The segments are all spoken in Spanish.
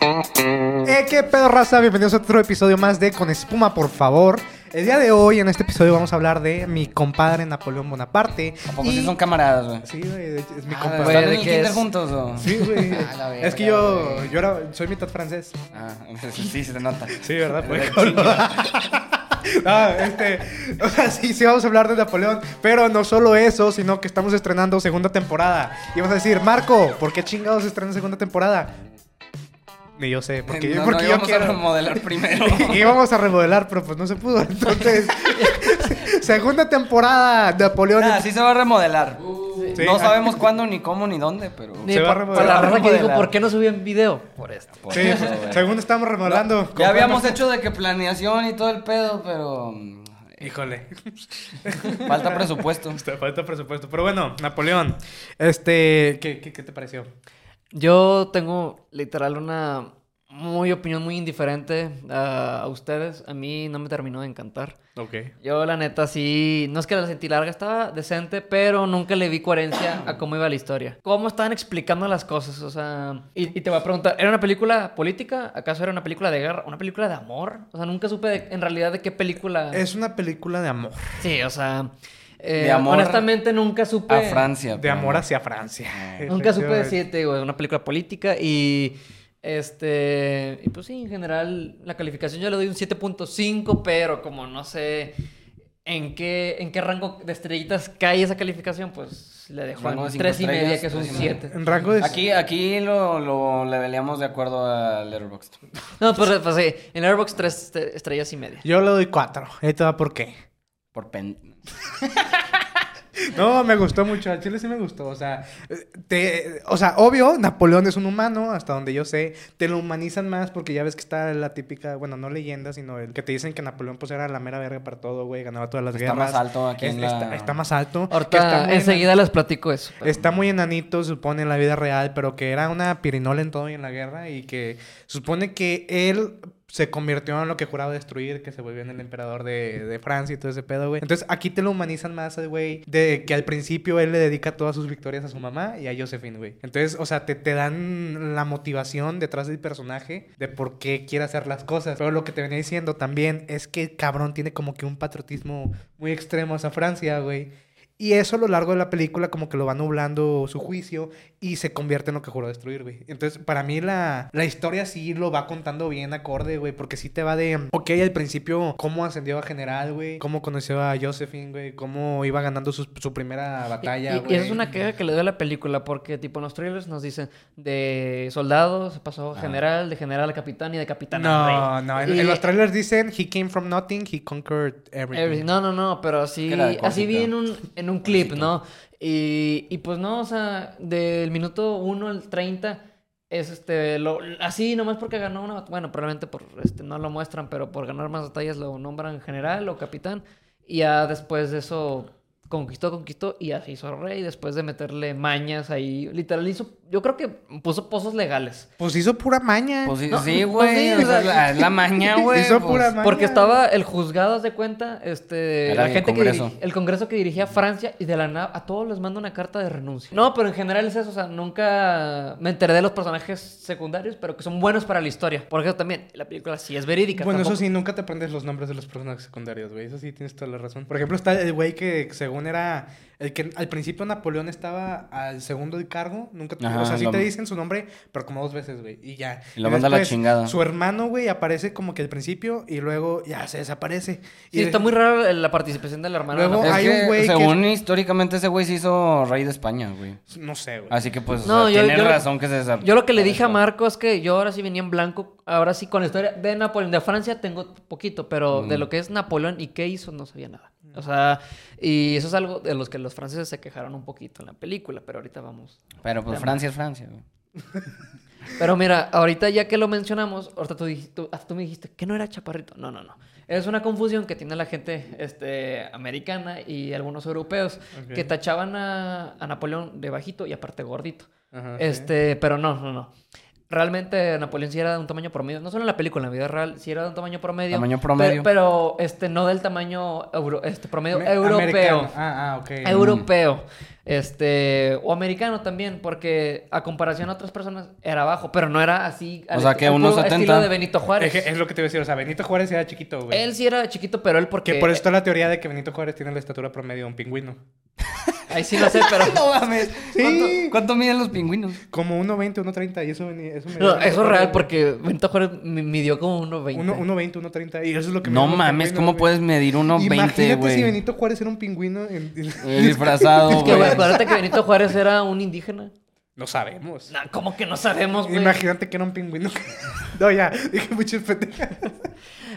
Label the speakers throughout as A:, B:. A: Eh, ¿Qué pedo, raza? Bienvenidos a otro episodio más de Con Espuma, por favor. El día de hoy, en este episodio, vamos a hablar de mi compadre Napoleón Bonaparte.
B: Tampoco
A: Y-
B: sí son camaradas, güey.
A: Sí, güey, de hecho, es mi
B: Ah,
A: compadre.
B: güey, ¿Están
C: ¿de
B: en el
C: qué
B: kinder
C: es?
B: juntos o...?
A: Sí, güey.
B: A la verga,
A: es que yo,
B: güey.
A: yo era, soy mitad francés.
B: Ah, sí, se te nota.
A: Sí, ¿verdad?
B: Por el
A: Ah, este, o sea, sí, sí vamos a hablar de Napoleón, pero no solo eso, sino que estamos estrenando segunda temporada. Y vamos a decir, Marco, ¿por qué chingados estrenan segunda temporada? Ni yo sé, porque, yo-
B: no,
A: porque
B: no,
A: yo
B: íbamos a
A: quiero.
B: remodelar primero.
A: Y íbamos a remodelar, pero pues no se pudo. Entonces, segunda temporada, Napoleón.
B: Nah, Ah, sí se va a remodelar.
A: Sí. ah.
B: no sabemos cuándo, ni cómo, ni dónde, pero...
C: Ni
A: Se va a
C: pa- para
A: remodelar.
C: la raza que dijo,
B: Remodelar.
C: ¿por qué no subían video? Por esto.
B: Por
A: Sí,
B: eso,
A: pues,
B: güey.
A: según estamos remodelando.
B: Ya
A: compramos-
B: habíamos hecho de que planeación y todo el pedo, pero... mm,
A: Híjole.
B: Falta presupuesto.
A: Te falta presupuesto. Pero bueno, Napoleón, este, ¿qué, qué, qué te pareció?
C: Yo tengo literal una muy opinión muy indiferente a, a ustedes. A mí no me terminó de encantar.
A: Ok.
C: Yo la neta sí, no es que la sentí larga, estaba decente, pero nunca le vi coherencia a cómo iba la historia. Cómo estaban explicando las cosas, o sea... Y, y te voy a preguntar, ¿era una película política? ¿Acaso era una película de guerra? ¿Una película de amor? O sea, nunca supe de- en realidad de qué película...
A: Es una película de amor.
C: Sí, o sea... eh,
B: De amor
C: honestamente nunca supe...
B: A Francia.
A: De
B: pero-
A: amor hacia Francia.
C: Nunca supe decirte, güey, una película política y este y pues sí, en general la calificación yo le doy un 7.5, pero como no sé en qué en qué rango de estrellitas cae esa calificación, pues le dejo
B: Rango de
C: en
B: cinco
C: 3 y media
B: estrellas,
C: que es un
B: tres y media.
C: 7.
A: En rango de...
B: Aquí, aquí lo, lo leveleamos de acuerdo a Letterboxd.
C: No, pues, pues sí, en Airbox 3 estrellas y media.
A: Yo le doy cuatro. Ahí te va por qué.
B: Por pen...
A: No, me gustó mucho. Al chile sí me gustó. O sea, eh, te, o sea, obvio, Napoleón es un humano, hasta donde yo sé. Te lo humanizan más porque ya ves que está la típica, bueno, no leyenda, sino el que te dicen que Napoleón pues era la mera verga para todo, güey. Ganaba todas las
B: Está
A: guerras.
B: más alto aquí
A: Es-
B: en la-
A: está, está más alto. que está
C: Ahorita
A: muy
C: enseguida les platico eso. pero-
A: Está muy enanito, se supone, en la vida real, pero que era una pirinola en todo y en la guerra y que se supone que él se convirtió en lo que juraba destruir, que se volvió en el emperador de, de Francia y todo ese pedo, güey. Entonces aquí te lo humanizan más, eh, güey, de que al principio él le dedica todas sus victorias a su mamá y a Josephine, güey. Entonces, o sea, te, te dan la motivación detrás del personaje de por qué quiere hacer las cosas. Pero lo que te venía diciendo también es que el cabrón tiene como que un patriotismo muy extremo hacia Francia, güey. Y eso a lo largo de la película como que lo va nublando su juicio y se convierte en lo que juró destruir, güey. Entonces, para mí la, la historia sí lo va contando bien acorde, güey, porque sí te va de, ok, al principio, cómo ascendió a general, güey, cómo conoció a Josephine, güey, cómo iba ganando su, su primera
C: Y,
A: batalla,
C: y-
A: güey.
C: y esa es una queja que le doy a la película, porque tipo en los trailers nos dicen de soldado, se pasó a
B: Ah.
C: general, de general a capitán y de capitán a
A: No,
C: rey.
A: no, en,
C: Y-
A: en los trailers dicen, he came from nothing, he conquered everything.
C: Everything. No, no, no, pero así,
B: Que era de
C: así
B: Corsica.
C: vi en un, en un clip, ¿no? Y, y pues no, o sea, del minuto 1 al 30 es este, lo, así nomás porque ganó una bat- bueno, probablemente por, este, no lo muestran, pero por ganar más batallas lo nombran general o capitán y ya después de eso conquistó, conquistó y así hizo rey después de meterle mañas ahí, literal hizo, yo creo que puso pozos legales.
A: Pues hizo pura maña.
B: Pues sí,
C: No,
B: sí,
C: pues
B: güey.
C: sí,
B: o
C: o sea,
B: sea, la, la maña, güey.
A: hizo
B: pues.
A: pura maña.
C: Porque estaba el juzgado de cuenta, este,
B: Era
C: la
B: el
C: gente
B: Congreso.
C: que dirigi- el Congreso que dirigía Francia y de la nada a todos les manda una carta de renuncia. No, pero en general es eso, o sea, nunca me enteré de los personajes secundarios, pero que son buenos para la historia. Porque también la película sí es verídica.
A: Bueno, eso
C: tampoco-
A: sí, nunca te aprendes los nombres de los personajes secundarios, güey. Eso sí, tienes toda la razón. Por ejemplo, está el güey que según era... El que al principio Napoleón estaba al segundo de cargo. Nunca... te-
B: Ajá,
A: o sea, sí
B: lo-
A: te dicen su nombre, pero como dos veces, güey. Y ya.
B: Y lo manda a la
A: después,
B: chingada.
A: Su hermano, güey, aparece como que al principio y luego ya se desaparece. Y
C: Sí, está
A: de-
C: muy raro la participación del hermano. de
A: Luego
C: Napoleón.
B: Es
A: hay
B: que,
A: un güey que-
B: según históricamente ese güey se hizo rey de España, güey.
A: No sé, güey.
B: Así que pues o
C: No,
B: sea,
C: yo-
B: tiene
C: yo lo-
B: razón que se desa-
C: Yo lo que le dije a
B: desaparezca.
C: Marco es que yo ahora sí venía en blanco, ahora sí con la historia de Napoleón, de Francia tengo poquito, pero de lo que es Napoleón y qué hizo no sabía nada. O sea, y eso es algo de los que los franceses se quejaron un poquito en la película, pero ahorita vamos.
B: Pero pues Francia es Francia, güey.
C: Pero mira, ahorita ya que lo mencionamos, ahorita tú, dijiste- tú- hasta tú me dijiste que no era chaparrito. No, no, no. Es una confusión que tiene la gente este, americana y algunos europeos
A: Ok.
C: que tachaban a, a Napoleón de bajito y aparte gordito.
B: Ah,
A: Ajá, sí.
C: Este, pero Este, no, no, no. realmente Napoleón sí era de un tamaño promedio. No solo en la película, en la vida real sí era de un tamaño promedio.
B: Tamaño promedio.
C: pe- Pero, este, no del tamaño euro- este, promedio
A: Me-
C: europeo.
A: americano. Ah, ah, ok.
C: Europeo. Este. O americano también. Porque a comparación a otras personas era bajo. Pero no era así.
B: O
C: al
B: sea,
C: esti-
B: que
C: al puro
B: 1.70.
C: estilo de Benito
A: Es,
C: Juárez.
A: que- es lo que te iba a decir. O sea, Benito Juárez era chiquito, güey.
C: Él sí era chiquito, pero él porque.
A: Que por eso está la teoría de que Benito Juárez tiene la estatura promedio de un pingüino.
C: Ahí sí no sé, pero.
B: No mames.
A: Sí.
B: ¿Cuánto, cuánto miden los pingüinos?
A: Como 1.20, 1.30. Y eso, veni- eso, me-
C: No, eso es real porque Benito Juárez mi- midió como 1.20.
A: Uno- 1.20, 1.30. Y eso es lo que
B: No
A: miden los
B: mames,
A: pingüinos,
B: ¿cómo
A: güey.
B: puedes medir
A: Imagínate si
B: 1.20, güey?
A: Benito Juárez era un pingüino. en- en-
B: Eh, Disfrazado,
C: Es que, güey,
B: güey.
C: acuérdate que Benito Juárez era un indígena.
A: No sabemos.
C: No, ¿Cómo que no sabemos, güey?
A: Imagínate que era un pingüino. no, ya. Dije muchas pendejadas.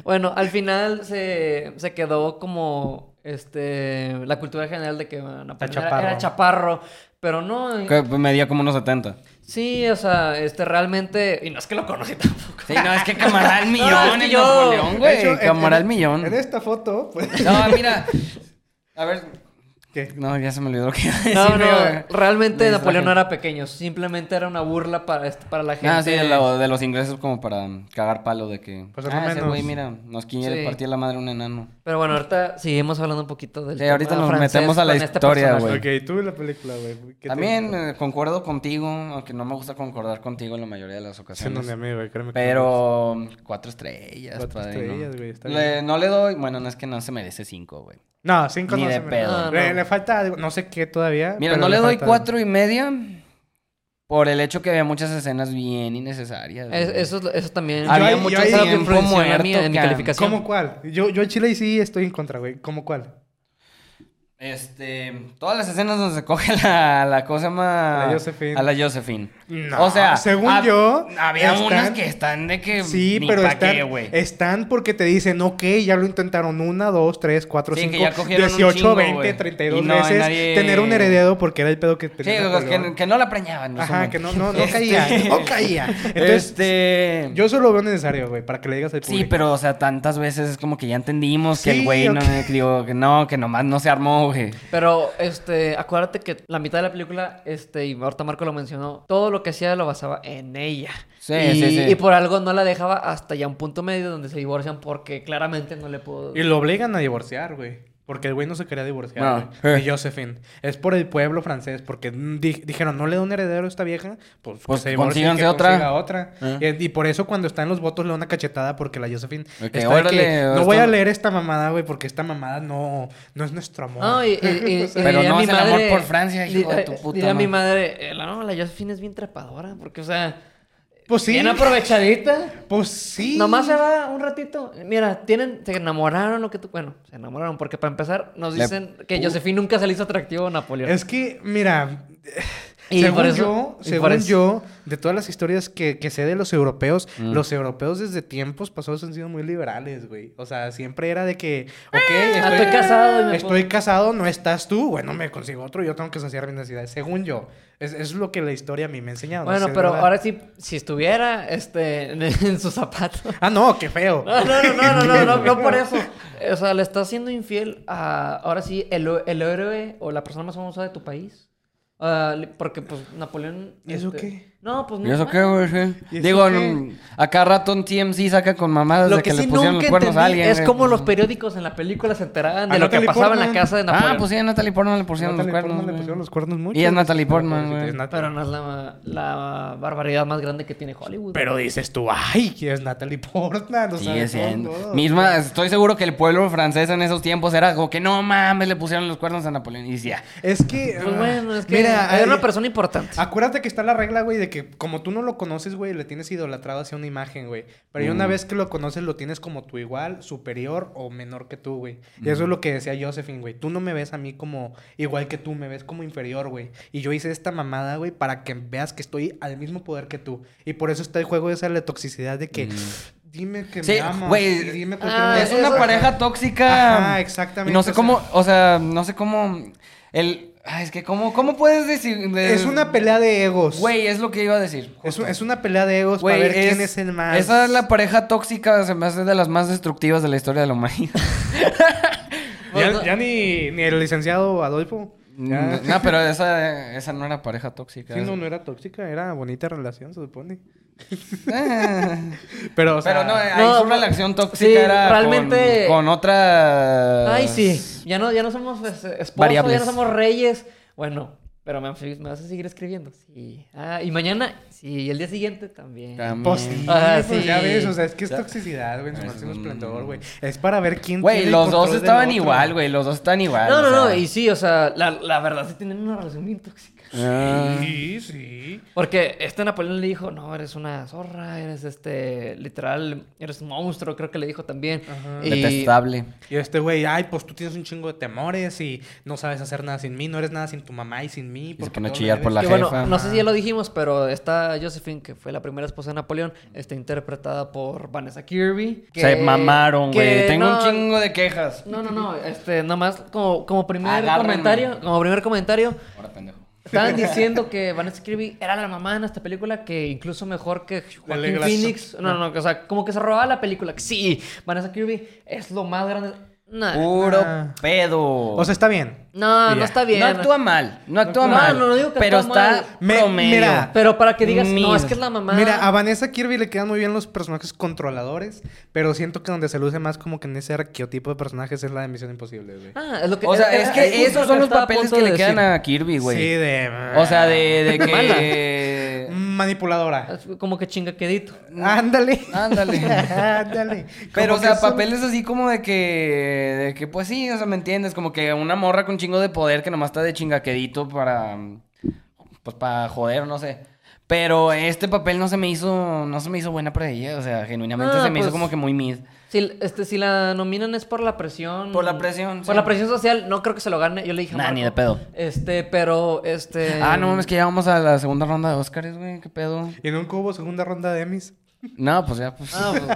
C: Bueno, al final se, se quedó como este la cultura general de que bueno, Napoleón era-
A: chaparro.
C: Era, chaparro. Pero no,
B: Que medía como unos 70.
C: sí, o sea, este realmente. Y no es que lo conocí tampoco.
B: Sí, no, es que camarada al millón,
C: No, es que
B: el
C: yo-
B: Napoleón,
A: De hecho,
B: güey.
A: en-
B: Camarada al
A: en-
B: millón.
A: En esta foto, pues.
B: No, mira. A ver.
A: ¿Qué?
B: No, ya se me olvidó que iba a decir.
C: No, no,
B: güey.
C: realmente
B: Me
C: Napoleón no
B: distraje.
C: era pequeño, simplemente era una burla para, este- para la gente.
B: Ah, sí, de, lo- de los ingleses como para cagar palo de que...
A: Pues, al
B: ah, ese
A: menos.
B: güey, mira, nos quiere
C: Sí.
B: partir la madre un enano.
C: Pero bueno, ahorita seguimos hablando un poquito del
B: Sí, ahorita nos metemos a la
C: con este
B: historia,
C: personaje.
B: güey.
A: Ok, tú la película, güey. ¿Qué te-
B: También eh, concuerdo contigo, aunque no me gusta concordar contigo eh, en la mayoría de las
A: Sí, no,
B: ocasiones.
A: ni a mí, güey. Créeme que no.
B: Pero cuatro estrellas,
A: Cuatro
B: padrino.
A: estrellas, güey, está
B: Le-
A: bien.
B: no le doy, bueno, no es que no se merece cinco, güey.
A: No, cinco
B: Ni
A: no
B: de
A: se me-
B: pedo.
C: No,
A: Le,
C: no.
A: le falta algo, no sé qué todavía.
B: Mira,
A: pero
B: no le doy
A: falta-
B: cuatro y media por el hecho que había muchas escenas bien innecesarias.
C: Es-
B: güey.
C: eso, eso también.
B: Había
A: ahí- yo
B: mucho
A: ahí-
B: tiempo
C: influenció en
B: muerto,
C: mi- en mi
B: cabrón.
C: calificación.
A: ¿Cómo cuál? Yo, yo en Chile sí estoy en contra, güey. ¿Cómo cuál?
B: Este, todas las escenas donde se coge la, la cosa más...
A: A la Josephine.
B: A la Josephine.
A: No,
B: o sea,
A: según
B: hab-
A: yo,
B: Había
A: están-
B: unas que están de que...
A: Sí,
B: ni
A: pero
B: pa'
A: están,
B: qué, güey.
A: están porque te dicen, ok, ya lo intentaron una, dos, tres, cuatro,
B: Sí, que
A: cinco,
B: ya cogieron un
A: 18,
B: chingo,
A: 20,
B: güey.
A: 32
B: Y no hay
A: veces.
B: nadie-
A: Tener un heredero porque era el pedo que
B: Sí,
A: tenía.
B: o sea, que,
A: Napoleón.
B: que no la preñaban. en ese
A: Ajá, que no,
B: momento.
A: no, no
B: Este-
A: caía, no caía. Entonces,
B: este...
A: yo solo veo necesario, güey, para que le digas al público.
B: Sí, pero, o sea, tantas veces es como que ya entendimos que
A: Sí,
B: el güey no,
A: ok.
B: digo, que no, que nomás no se armó, güey.
C: Pero, este, acuérdate que la mitad de la película, este, y ahorita Marco lo mencionó, todo lo que hacía lo basaba en ella.
B: Sí,
C: y,
B: sí, sí.
C: Y por algo no la dejaba hasta ya un punto medio donde se divorcian porque claramente no le pudo...
A: Y lo obligan a divorciar, güey. Porque el güey no se quería divorciar,
B: No.
A: güey.
B: Eh.
A: Ni Josephine. Es por el pueblo francés. Porque mm, di- dijeron, no le da un heredero a esta vieja. Pues, que
B: Pues,
A: se divorcie y que
B: consíganse otra.
A: consiga otra.
B: Eh.
A: Y, y por eso cuando está en los votos le da una cachetada porque la Josephine...
B: De
A: está
B: que,
A: de que,
B: "Órale,
A: no voy
B: esto-
A: a leer esta mamada, güey. Porque esta mamada no, no es nuestro amor.
C: No, y, y- y- y
B: Pero
C: diría
B: no
C: mi
B: es el amor
C: madre-
B: por Francia, hijo de tu
C: diría-
B: puta
C: Diría mi
B: madre.
C: madre, eh, la- no, la Josephine es bien trepadora, porque, o sea,
A: pues sí.
C: bien aprovechadita.
A: Pues sí.
C: Nomás se va un ratito. Mira, tienen, se enamoraron lo que tú. Bueno, se enamoraron, porque para empezar, nos
B: Le-
C: dicen que Josephine nunca se le hizo atractivo a Napoleón.
A: Es que, mira,
C: Y
A: según
C: por eso-
A: yo,
C: y por
A: según
C: eso-
A: yo, de todas las historias que, que sé de los europeos,
C: Mm.
A: los europeos desde tiempos pasados han sido muy liberales, güey. O sea, siempre era de que, ok, estoy,
C: Ah, estoy casado y me
A: estoy casado, no estás tú, bueno, me consigo otro, yo tengo que saciar mis necesidades. Según yo, es, es lo que la historia a mí me ha enseñado. no sé
C: Bueno,
A: si es
C: pero
A: Ah, verdad.
C: ahora sí, si estuviera este, en, en sus zapatos.
A: Ah, no, qué feo.
C: No, no, no, no, no, no, no, no por eso. O sea, le estás siendo infiel a, ahora sí, el, el héroe o la persona más famosa de tu país. Ah, le- porque, pues, Napoleón...
A: ¿Y eso
C: este,
A: qué?
C: No, pues...
B: ¿Y
C: no-
B: eso qué, güey? Sí.
A: ¿Y eso
B: Digo,
A: qué?
B: mm, acá rato en TMC saca con mamadas
C: Lo
B: de
C: que,
B: que,
C: sí
B: le pusieron
C: nunca
B: los cuernos a
C: entendí
B: alguien. eh,
C: es
B: güey.
C: cómo los periódicos en la película se enteraban
A: A
C: de lo que
A: Natalie
C: pasaba en la
A: Portman.
C: casa de Napoleón.
B: Ah, pues sí, a Natalie Portman le pusieron los
A: Natalie
B: cuernos.
A: Portman le
B: güey.
A: pusieron los cuernos mucho.
B: Y es Natalie Portman,
A: Pobrecita,
B: güey.
A: es Natalie.
C: Pero no es la, la barbaridad más grande que tiene Hollywood.
A: Pero dices tú, ay, ¿quién es Natalie Portman? O sea,
B: Sigue
A: de todos
B: siendo.
A: modos.
B: Misma, estoy seguro que el pueblo francés en esos tiempos era como que no mames, le pusieron los cuernos a Napoleón. Y decía,
A: Es que. ah,
C: Pues bueno, es que
A: Mira, eh,
C: era
A: hay-
C: una persona importante.
A: Acuérdate que está la regla, güey, de que como tú no lo conoces, güey, le tienes idolatrado hacia una imagen, güey. Pero ya una vez que lo conoces, lo tienes como tu igual, superior o menor que tú, güey. Y eso es lo que decía Josephine, güey. Tú no me ves a mí como igual que tú, me ves como inferior, güey. Y yo hice esta mamada, güey, para que veas que estoy al mismo poder que tú. Y por eso está el juego esa de la toxicidad de que dime que
B: Sí,
A: me amas.
B: güey,
A: y dime cualquier
C: ah,
A: mamada".
B: es una
C: eso-
B: pareja tóxica.
A: Ajá, exactamente,
B: Y no sé
A: o sea-
B: cómo, o sea, no sé cómo. El. Ay, es que, ¿cómo, cómo puedes decir? de-
A: Es una pelea de egos.
B: Güey, es lo que iba a decir.
A: Es,
B: justo.
A: es una pelea de egos
B: Güey,
A: para ver quién es el más.
B: Esa es la pareja tóxica, se me hace de las más destructivas de la historia de la humanidad. Pues,
A: Ya, ya ni, ni el licenciado Adolfo.
B: Mm,
A: Ya.
B: no, pero esa, esa no era pareja tóxica.
A: Sí, no, no era tóxica, era bonita relación, se supone. Pero, o sea,
B: Ah. Pero no, eh, ahí
C: no,
B: su
C: no.
B: relación tóxica
C: Sí,
B: era
C: realmente-
B: con, con otra...
C: Ay, sí. Ya no, ya no somos pues, esposos,
B: Variables.
C: ya no somos reyes. Bueno, pero me, me vas a seguir escribiendo. Sí. Ah, y mañana, sí. Y el día siguiente también.
B: También.
A: Pues sí,
C: Ah,
A: pues
C: sí.
A: ya ves, o sea, es que es
B: Ya.
A: toxicidad, güey, en su
B: Ah,
A: máximo
B: es un-
A: esplendor, güey. Es para ver quién
B: Güey,
A: tiene el
B: los dos
A: control del
B: estaban
A: otro.
B: igual, güey. Los dos estaban igual.
C: No,
B: o
C: no, no.
B: sea.
C: Y sí, o sea, la, la verdad sí tienen una relación bien tóxica.
B: Ah.
A: Sí, sí.
C: Porque este Napoleón le dijo, no, eres una zorra, eres este, literal, eres un monstruo, creo que le dijo también.
A: Ajá.
C: Y-
B: Detestable.
A: Y este güey, ay, pues tú tienes un chingo de temores y no sabes hacer nada sin mí, no eres nada sin tu mamá y sin mí.
B: se
A: porque
B: pone a
A: todo
B: chillar
A: lo
B: por
A: debes".
B: la
C: Que bueno,
B: jefa.
C: no sé si ya lo dijimos, pero está Josephine, que fue la primera esposa de Napoleón, está interpretada por Vanessa Kirby. que-
B: Se mamaron,
C: que
B: güey. Tengo
C: no-
B: un chingo de quejas.
C: No, no, no, este, nomás como, como primer
B: Agárrenme.
C: comentario, como primer comentario,
B: Ahora, pendejo.
C: estaban diciendo que Vanessa Kirby era la mamá en esta película, que incluso mejor que
A: Ley
C: Joaquin
A: de la-
C: Phoenix. No, no, que, o sea, como que se robaba la película. Sí, Vanessa Kirby es lo más grande. Nah.
B: Puro
A: Ah.
B: pedo.
A: O sea, está bien.
C: No,
A: Ya.
C: no está bien.
B: No actúa mal. No actúa
C: No,
B: mal.
C: no, no digo que
B: pero
C: actúa mal.
B: está
A: Me-
B: promedio.
A: mira.
C: Pero para que digas, no,
B: Mira.
C: es que es la mamá.
A: Mira, a Vanessa Kirby le quedan muy bien los personajes controladores, pero siento que donde se luce más como que en ese arqueotipo de personajes es la de Misión Imposible, güey.
C: Ah, es lo que-
B: O sea,
C: era-
B: es
C: era-
B: que
C: eso
B: esos
C: lo
B: son los
C: estaba
B: papeles
C: punto
B: que
C: de
B: le quedan
C: decir.
B: a Kirby,
A: Sí,
B: güey.
A: de...
B: O sea, de, de
C: Mala.
B: que...
A: Manipuladora.
C: Como que chingaquedito.
A: Ándale.
B: Ándale.
A: Ándale.
B: Pero,
A: Como
B: o
A: que
B: sea,
A: eso-
B: papeles así como de que... De que, pues sí, o sea, ¿me entiendes? Como que una morra con chingo de poder que nomás está de chingaquedito para... Pues para joder, no sé. Pero este papel no se me hizo... No se me hizo buena para ella. O sea, genuinamente
C: Ah,
B: se me hizo
C: pues-
B: como que muy mid.
C: Si, este, si la nominan es por la presión.
B: Por la presión, sí.
C: Por la presión social, no creo que se lo gane. Yo le dije a
B: Nah,
C: Marco,
B: ni de pedo.
C: Este, pero, este.
B: Ah, no mames, que ya vamos a la segunda ronda de Oscars, güey. ¿Qué pedo?
A: Y nunca hubo segunda ronda de Emmys.
B: No, pues ya, pues...
C: Ah, pues,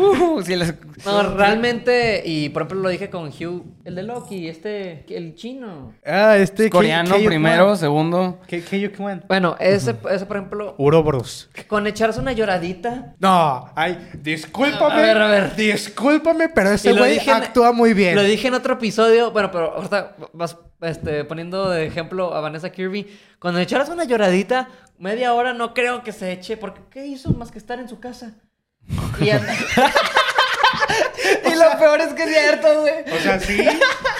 B: Uh, sí, las-
C: no, realmente. Y por ejemplo, lo dije con Hugh, el de Loki, este, el chino.
A: Ah, este...
B: Coreano
A: K- K-
B: primero,
A: Kwan.
B: segundo.
A: K- K- Kwan.
C: Bueno, ese, ese, por ejemplo,
A: Uroboros.
C: con echarse una lloradita.
A: No, ay, discúlpame.
C: A ver, a ver.
A: Discúlpame, pero
C: Y
A: ese
C: lo
A: güey
C: dije en-
A: actúa muy bien.
C: Lo dije en otro episodio, bueno, pero ahorita vas este, poniendo de ejemplo a Vanessa Kirby. Cuando le echaras una lloradita, media hora no creo que se eche, porque ¿qué hizo más que estar en su casa? Y an-
B: Y lo peor es que es cierto, güey.
A: O sea, sí.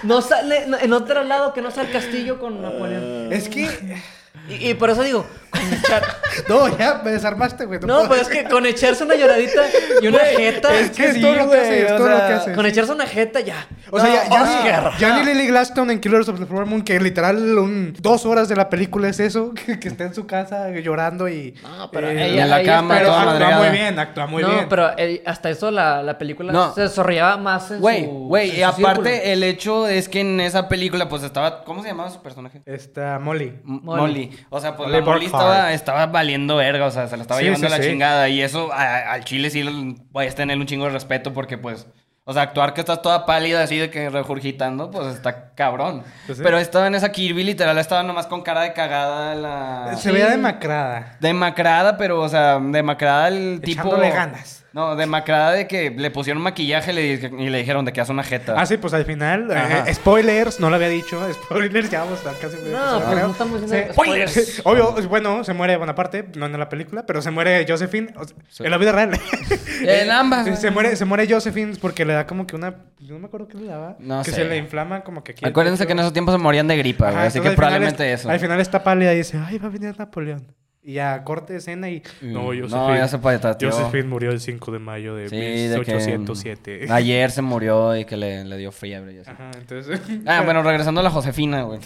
C: no sale, no- en otro lado que no sea el castillo con Napoleón.
A: es que.
C: Y, y por eso digo, con echar...
A: No, ya me desarmaste, güey.
C: No,
A: puedo-
C: pero es que con echarse una lloradita y una jeta...
A: Es que es
B: sí,
A: todo lo que
B: güey,
A: hace, es
B: o
A: todo lo
B: sea,
A: que hace.
C: Con echarse una jeta ya.
A: O sea, ya,
C: No,
A: ya,
C: Oscar.
A: ni, ya ni Lily Glaston en Killers of the Flower Moon, que literal un, dos horas de la película es eso, que, que está en su casa llorando y.
C: No, pero
A: eh,
C: ella-
B: en la
C: ahí
B: cama,
C: está.
A: pero
B: toda
A: actúa
B: madreada.
A: muy bien, actúa muy
C: no,
A: bien.
C: pero eh, hasta eso la, la película
B: No.
C: se desarrollaba más en
B: Güey,
C: su... en
B: güey, y
C: su
B: aparte
C: círculo.
B: el hecho es que en esa película pues estaba... ¿Cómo se llamaba su personaje?
A: Está Molly.
B: M-
C: Molly.
B: Molly. O sea, pues
A: Molly
B: la Molly
A: Burkhart.
B: estaba, estaba valiendo verga, o sea, se la estaba
A: Sí,
B: llevando
A: sí,
B: la
A: sí.
B: chingada. Y eso a- al chile sí voy a tener un chingo de respeto porque, pues, o sea, actuar que estás toda pálida así de que regurgitando, pues está cabrón.
A: Pues sí.
B: Pero estaba en esa Kirby, literal, estaba nomás con cara de cagada
C: ah.
B: la.
A: Se veía demacrada.
B: Demacrada, pero, o sea, demacrada el tipo.
A: Echándole ganas.
B: No, demacrada de que le pusieron maquillaje y le, di- y le dijeron de que hace una jeta.
A: Ah, sí, pues al final,
B: Ajá.
A: eh, spoilers, no lo había dicho, spoilers, ya vamos a estar casi.
C: No, pues
A: creo.
C: no estamos
A: Sí.
C: diciendo...
B: Spoilers.
A: Obvio, bueno, se muere Bonaparte, no en la película, pero se muere Josephine o sea, en la vida real.
B: En ambas,
A: Sí,
B: güey.
A: Se muere, se muere Josephine porque le da como que una. Yo no me acuerdo qué le daba.
B: No
A: que
B: sé.
A: se le inflama como que aquí. el
B: Acuérdense
A: pecho.
B: que en esos tiempos se morían de gripa,
A: Ajá,
B: güey, así
A: entonces
B: que
A: al final
B: probablemente
A: es-
B: eso.
A: Al final está pálida y dice: Ay, va a venir Napoleón. Y ya corte de escena y.
B: Mm,
A: No,
B: no,
A: Josephine.
B: ya se patateó.
A: Josephine murió el 5 de mayo de
B: Sí, de que,
A: 1807.
B: mm, Ayer se murió y que le, le dio fiebre. y así.
A: Ajá, entonces.
B: Ah, bueno, regresando a la Josefina, güey.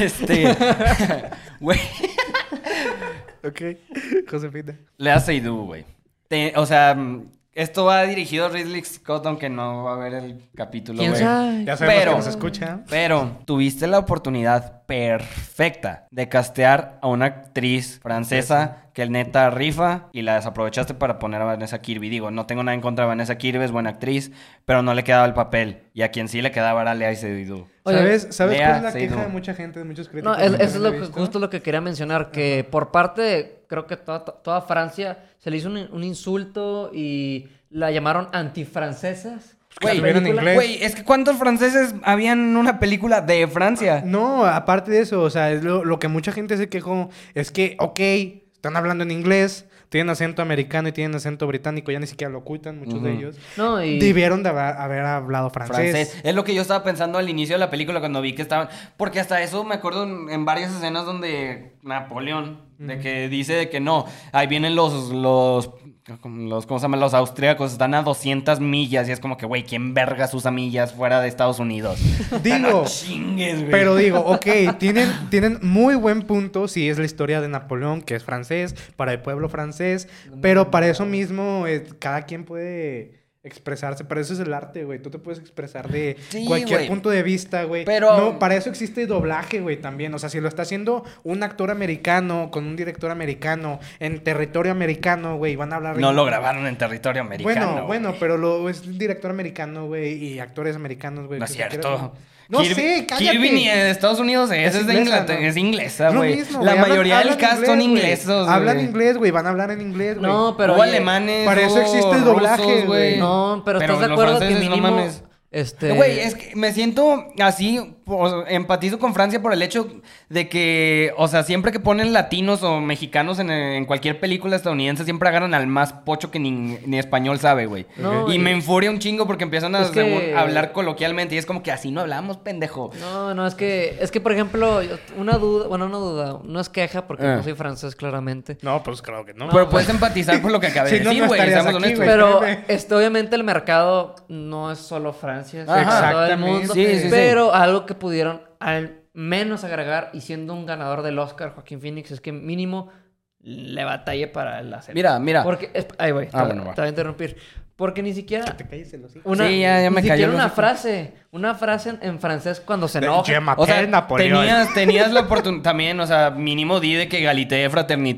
B: este. Güey.
A: ok, Josefina.
B: Le hace Seydoux, güey. Te- O sea, mm, esto va dirigido a Ridley Scott, aunque no va a ver el capítulo,
C: ¿Quién
B: güey.
C: sabe?
A: Ya sabemos
B: Pero-
A: que nos escucha.
B: Pero tuviste la oportunidad perfecta de castear a una actriz francesa que el neta rifa y la desaprovechaste para poner a Vanessa Kirby. Digo, no tengo nada en contra de Vanessa Kirby, es buena actriz, pero no le quedaba el papel. Y a quien sí le quedaba era Lea Seydoux.
C: Oye,
A: ¿Sabes, ¿sabes
B: Lea
A: cuál es la
B: Seydoux.
A: queja de mucha gente, de muchos críticos?
C: No, es-
A: que
C: eso es
A: no
C: lo
A: he
C: que-
A: visto?
C: justo lo que quería mencionar, que por parte, de- creo que toda, toda Francia se le hizo un, un insulto y la llamaron antifrancesas.
A: Pues que estuvieron en inglés.
B: Güey, es que ¿cuántos franceses habían en una película de
A: Mm,
B: Francia?
A: No, aparte de eso, o sea, es lo, lo que mucha gente se quejó es que, ok, Están hablando en inglés, tienen acento americano y tienen acento británico, ya ni siquiera lo ocultan muchos de
B: Ujú.
A: ellos.
C: No, y...
A: Debieron de haber, haber hablado francés.
B: francés. Es lo que yo estaba pensando al inicio de la película cuando vi que estaban. Porque hasta eso me acuerdo en, en varias escenas donde Napoleón,
A: Mm.
B: de que dice de que no, ahí vienen los. los los, ¿cómo se llama? Los austríacos están a 200 millas y es como que, güey, ¿quién vergas usa millas fuera de Estados Unidos?
A: Digo,
B: Chingues, güey.
A: Pero digo, ok, tienen, tienen muy buen punto si es la historia de Napoleón, que es francés, para el pueblo francés, pero para eso mismo eh, cada quien puede expresarse, para eso es el arte, güey, tú te puedes expresar de
B: Sí,
A: cualquier
B: güey.
A: punto de vista, güey.
B: Pero-
A: No, para eso existe doblaje, güey, también, o sea, si lo está haciendo un actor americano, con un director americano, en territorio americano, güey, van a hablar...
B: No lo grabaron en territorio americano.
A: Bueno, bueno,
B: güey.
A: pero lo, es un director americano, güey, y actores americanos, güey.
B: No es
A: que se quieren-
B: cierto.
A: No
B: Kirby-
A: sé, cállate.
B: Kirby ni de Estados Unidos es,
A: Es
B: es de
A: inglesa,
B: Inglaterra,
A: ¿no?
B: es inglesa,
A: Es lo
B: güey.
A: mismo,
B: La
A: güey. Hablan-
B: mayoría del
A: hablan
B: cast
A: inglés,
B: son
A: güey.
B: inglesos,
A: Hablan
B: güey.
A: inglés, güey. Van a hablar en inglés, güey.
C: No, pero...
B: Hubo
C: oye,
B: alemanes,
A: para eso
B: hubo
A: existe el
B: rusos,
A: doblaje, güey.
C: No, pero,
B: Pero
C: ¿estás de
B: los
C: acuerdo que
B: franceses, no
C: mínimo...
B: mames.
C: Este...
B: Güey, es que me siento así, o sea, empatizo con Francia por el hecho de que, o sea, siempre que ponen latinos o mexicanos en, en cualquier película estadounidense, siempre agarran al más pocho que ni, ni español sabe, güey.
C: No,
B: y
C: y-
B: me enfuria un chingo porque empiezan a
C: Es que-
B: según, hablar coloquialmente y es como que así no hablamos, pendejo.
C: No, no, es que, es que por ejemplo, yo- una duda, bueno, una duda, no es queja porque
B: Eh.
C: no soy francés claramente.
A: No, pues claro que no.
B: Pero puedes empatizar por lo que acabé
A: Si
B: de
A: no,
B: decir,
A: no
B: güey.
A: estarías
B: seamos
A: aquí,
B: honestos.
A: güey.
C: Pero
A: espérame.
C: este, obviamente el mercado no es solo Francia, es
B: Ajá.
C: todo el
A: Exactamente.
C: mundo.
B: Sí, sí, sí.
C: pero algo que pudieron al menos agregar y siendo un ganador del Oscar, Joaquín Phoenix, es que mínimo le batalle para el acento.
B: Mira, mira.
C: Porque, es- ay, güey,
B: Ah,
C: te,
B: bueno, va.
C: te voy a interrumpir. Porque ni siquiera
A: Te calles el hocico.
C: una,
B: Sí, ya- ya me
C: ni
B: cayó
C: siquiera
B: el
C: una
B: hocico.
C: frase, una frase en, en francés cuando se enoja.
A: Yo maté
B: O sea,
A: a Napoleón.
B: tenías, tenías la oportunidad también, o sea, mínimo di de que galité,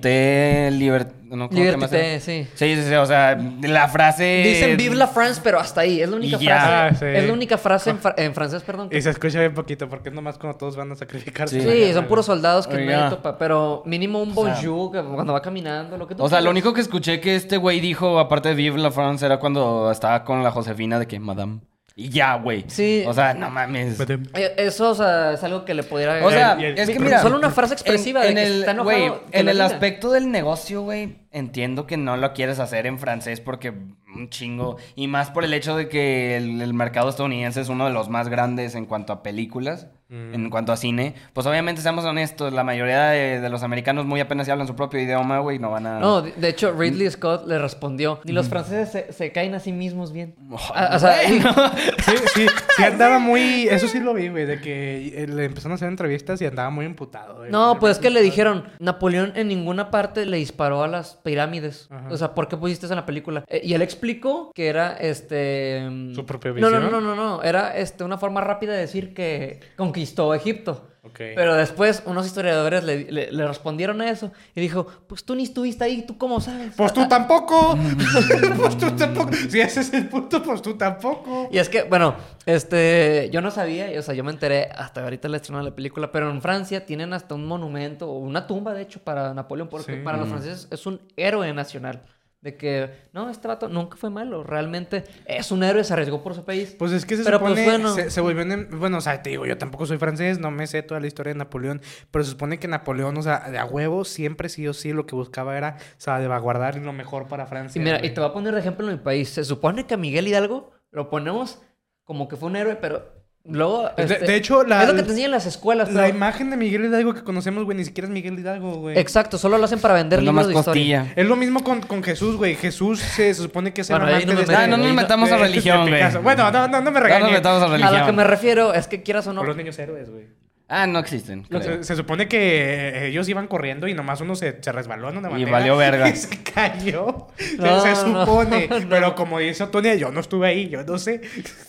B: fraternité, libertad... No, ¿cómo se llama
C: Liberté,
B: eso?
C: sí.
B: Sí, sí, sí, o sea, la frase...
C: Dicen Vive la France, pero hasta ahí. Es la única
B: Y ya.
A: Ah,
C: frase.
A: sí.
C: Es la única frase en, fra- en francés, perdón. que-
A: Y se escucha bien poquito, porque es nomás cuando todos van a sacrificarse.
B: Sí.
C: Sí, son puros soldados que
B: Oiga.
C: nadie topa, pero mínimo un
B: sea,
C: bonjour que cuando va caminando, lo que tú
B: O sea, lo
C: quieras.
B: único que escuché que este güey dijo, aparte de Vive la France, era cuando estaba con la Josefina de que, madame... Y ya, güey.
C: Sí.
B: O sea, no mames.
C: Eh, Eso, o sea, es algo que le pudiera...
B: O sea,
A: Y el- y el-
B: es que
A: pero
B: mira...
C: solo una frase expresiva de que está enojado,
B: güey,
C: que
B: en
C: lo
B: el
C: diga.
B: aspecto del negocio, güey, entiendo que no lo quieres hacer en francés porque un chingo. Y más por el hecho de que el, el mercado estadounidense es uno de los más grandes en cuanto a películas,
A: Mm.
B: en cuanto a cine. Pues obviamente, seamos honestos, la mayoría de, de los americanos muy apenas hablan su propio idioma, güey, no van a...
C: No, de- de hecho, Ridley Scott le respondió, ni los franceses se, se caen a sí mismos bien.
B: Mm. Oh,
C: Ah, o sea, y-
A: Sí, sí, sí andaba muy... Eso sí lo vi, güey, de que eh, le empezaron a hacer entrevistas y andaba muy emputado. güey.
C: No, pues es que le dijeron, Napoleón en ninguna parte le disparó a las pirámides.
A: Ajá.
C: O sea, ¿por qué pusiste eso en la película? Eh, y él explicó que era este... mm,
A: ¿Su propia
C: no, No,
A: visión?
C: no, no, no, no. Era este, una forma rápida de decir que conquistó Egipto.
A: Ok.
C: Pero después unos historiadores le, le- le respondieron a eso y dijo, pues tú ni estuviste ahí, ¿tú cómo sabes?
A: Pues tú tampoco. pues tú tampoco. Si ese es el punto, pues tú tampoco.
C: Y es que, bueno, este, yo no sabía, y, o sea, yo me enteré hasta ahorita el estreno de la película, pero en Francia tienen hasta un monumento, o una tumba, de hecho, para Napoleón, porque
A: Sí.
C: para los franceses es un héroe nacional. De que, no, este vato nunca fue malo, realmente es un héroe, se arriesgó por su país.
A: Pues es que se
C: Pero,
A: supone,
C: pues, bueno.
A: se, se volvió, en- bueno, o sea, te digo, yo tampoco soy francés, no me sé toda la historia de Napoleón, pero se supone que Napoleón, o sea, de a huevo, siempre sí o sí lo que buscaba era salvaguardar lo mejor para Francia.
C: y mira,
A: güey.
C: y te voy a poner de ejemplo en mi país. Se supone que a Miguel Hidalgo lo ponemos como que fue un héroe, pero luego...
A: Pues De-
C: este,
A: de hecho, la-
C: Es lo que te enseñan en las escuelas,
A: La
C: pero-
A: imagen de Miguel Hidalgo que conocemos, güey, ni siquiera es Miguel Hidalgo, güey.
C: Exacto, solo lo hacen para vender
B: no más
C: libros de historia.
B: costilla.
A: Es lo mismo con, con Jesús, güey. Jesús se, se supone que es el
C: Bueno, ahí
A: amante
C: no me
A: de... este
B: Ah, no nos
C: Ahí no-
B: metamos a
A: de- de
B: religión, güey.
A: Picasso. Bueno, no, no, no me
B: No nos
A: regañes.
B: metamos a religión.
C: A lo que me refiero es que quieras o no,
A: Por los niños héroes, güey.
B: Ah, no existen.
A: O sea,
B: creo.
A: Se, supone que eh, ellos iban corriendo y nomás uno se, se resbaló en una
B: Y
A: bandera
B: valió verga.
A: Y se cayó. Se-
C: No,
A: se,
C: no,
A: supone.
C: no.
A: Pero como dice Antonia, yo no estuve ahí, yo no sé.